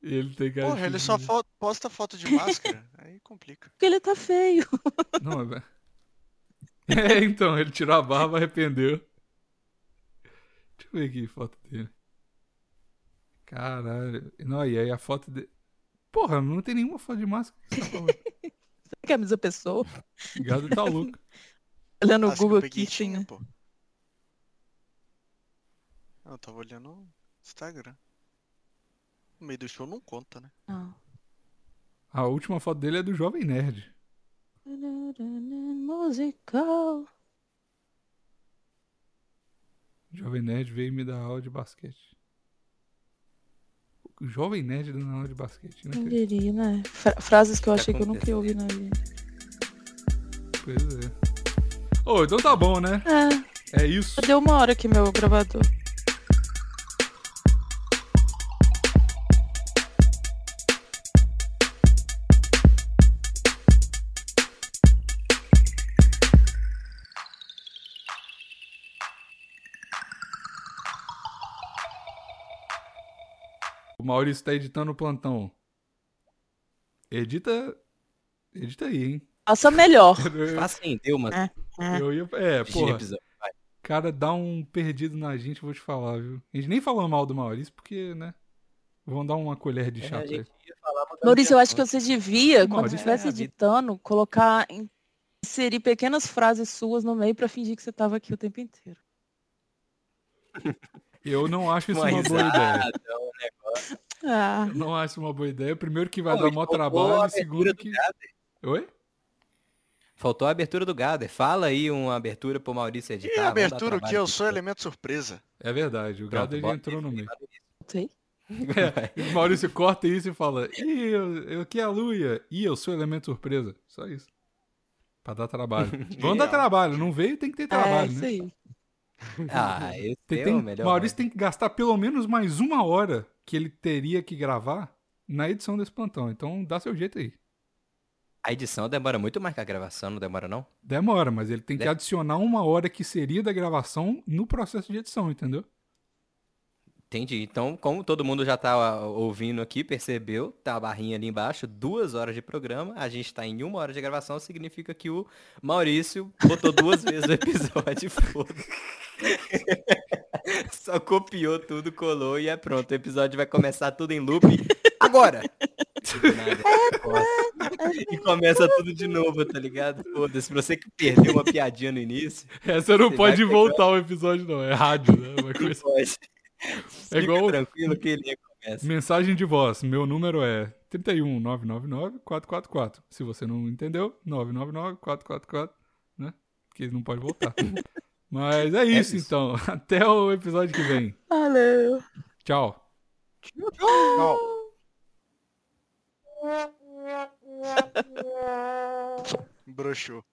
Ele tem cara de
Porra,
filho
ele
de
só
bebê.
fo- posta foto de máscara. Aí complica.
Porque ele tá feio.
Não, é... é, então, ele tirou a barba, arrependeu. Deixa eu ver aqui a foto dele. Caralho. Não, e aí a foto dele... Porra, não tem nenhuma foto de máscara. que você tá falando.
Será que é a mesma pessoa?
O gado tá louco.
Olhando
Ah,
o
se eu
Google né?
peguei,
aqui, tinha.
pô. Não, eu tava olhando o Instagram. No meio do show não conta, né?
Ah.
A última foto dele é do Jovem Nerd.
Musical.
Jovem Nerd veio me dar aula de basquete. O Jovem Nerd dando aula de basquete, né?
Não diria, né? Fra- frases que eu
Tá
achei que eu nunca ia ouvir na vida.
Pois é. Ô, então tá bom, né?
É,
É isso.
já deu uma hora aqui meu gravador.
O Maurício tá editando o plantão. Edita. Edita aí, hein?
Faça melhor.
Eu,
Acendeu uma
eu ia. É,
de
porra.
episódio.
Cara, dá um perdido na gente, eu vou te falar, viu? A gente nem falou mal do Maurício, porque, né? Vão dar uma colher de
É,
chá
a
pra ele.
gente ia falar, mas
Maurício, eu acho que
eu...
você devia, quando
Maurício,
você estivesse
é a vida.
editando, colocar, em- inserir pequenas frases suas no meio pra fingir que você tava aqui o tempo inteiro.
Eu não acho isso
Uma
uma boa ideia.
risada, um negócio.
Ah,
Eu não acho uma boa ideia. Primeiro que vai
Pô,
dar
ele
mó
roubou a
trabalho,
abertura
segundo
do
que.
Gader.
Oi?
Faltou a abertura do Gader. Fala aí uma abertura pro Maurício editar.
E a
vamos dar
abertura, o que?
trabalho né?
Eu
pro
sou
povo.
elemento surpresa.
É verdade, o
Pronto,
gado ele
bota
entrou
isso
no
aí,
meio.
sei.
E o Maurício corta isso e fala: Ih, eu, eu que é a Luia. Ih, eu sou elemento surpresa. Só isso. Pra dar trabalho. Vamos dar
Genial.
trabalho. Não veio, tem que ter
É,
trabalho,
isso
né?
aí.
Ah, esse
Tem,
é
tem-
o melhor.
Maurício tem que gastar pelo menos mais uma hora que ele teria que gravar na edição desse plantão. Então dá seu jeito aí.
A edição demora muito mais que a gravação, não demora não?
Demora, mas ele tem que
De-
adicionar uma hora que seria da gravação no processo de edição, entendeu?
Entendi. Então, como todo mundo já tá ó, ouvindo aqui, percebeu, tá a barrinha ali embaixo, duas horas de programa, a gente tá em uma hora de gravação, significa que o Maurício botou duas vezes o episódio, foda Só copiou tudo, colou e é pronto. O episódio vai começar tudo em loop agora! Do nada, corta. e começa tudo de novo, tá ligado? Foda-se, pra você que perdeu uma piadinha no início,
Essa não
Você vai
pode
pegar-
voltar o episódio, não. É rádio, né? Vai
não
começar.
pode. Fica
igual-
tranquilo que ele começa.
Mensagem de voz. Meu número é 31 999 444. Se você não entendeu, 999 444, né? Que não pode voltar. Mas é isso,
isso.
então. Até o episódio que vem.
Valeu.
Tchau.
Não.
Broxou.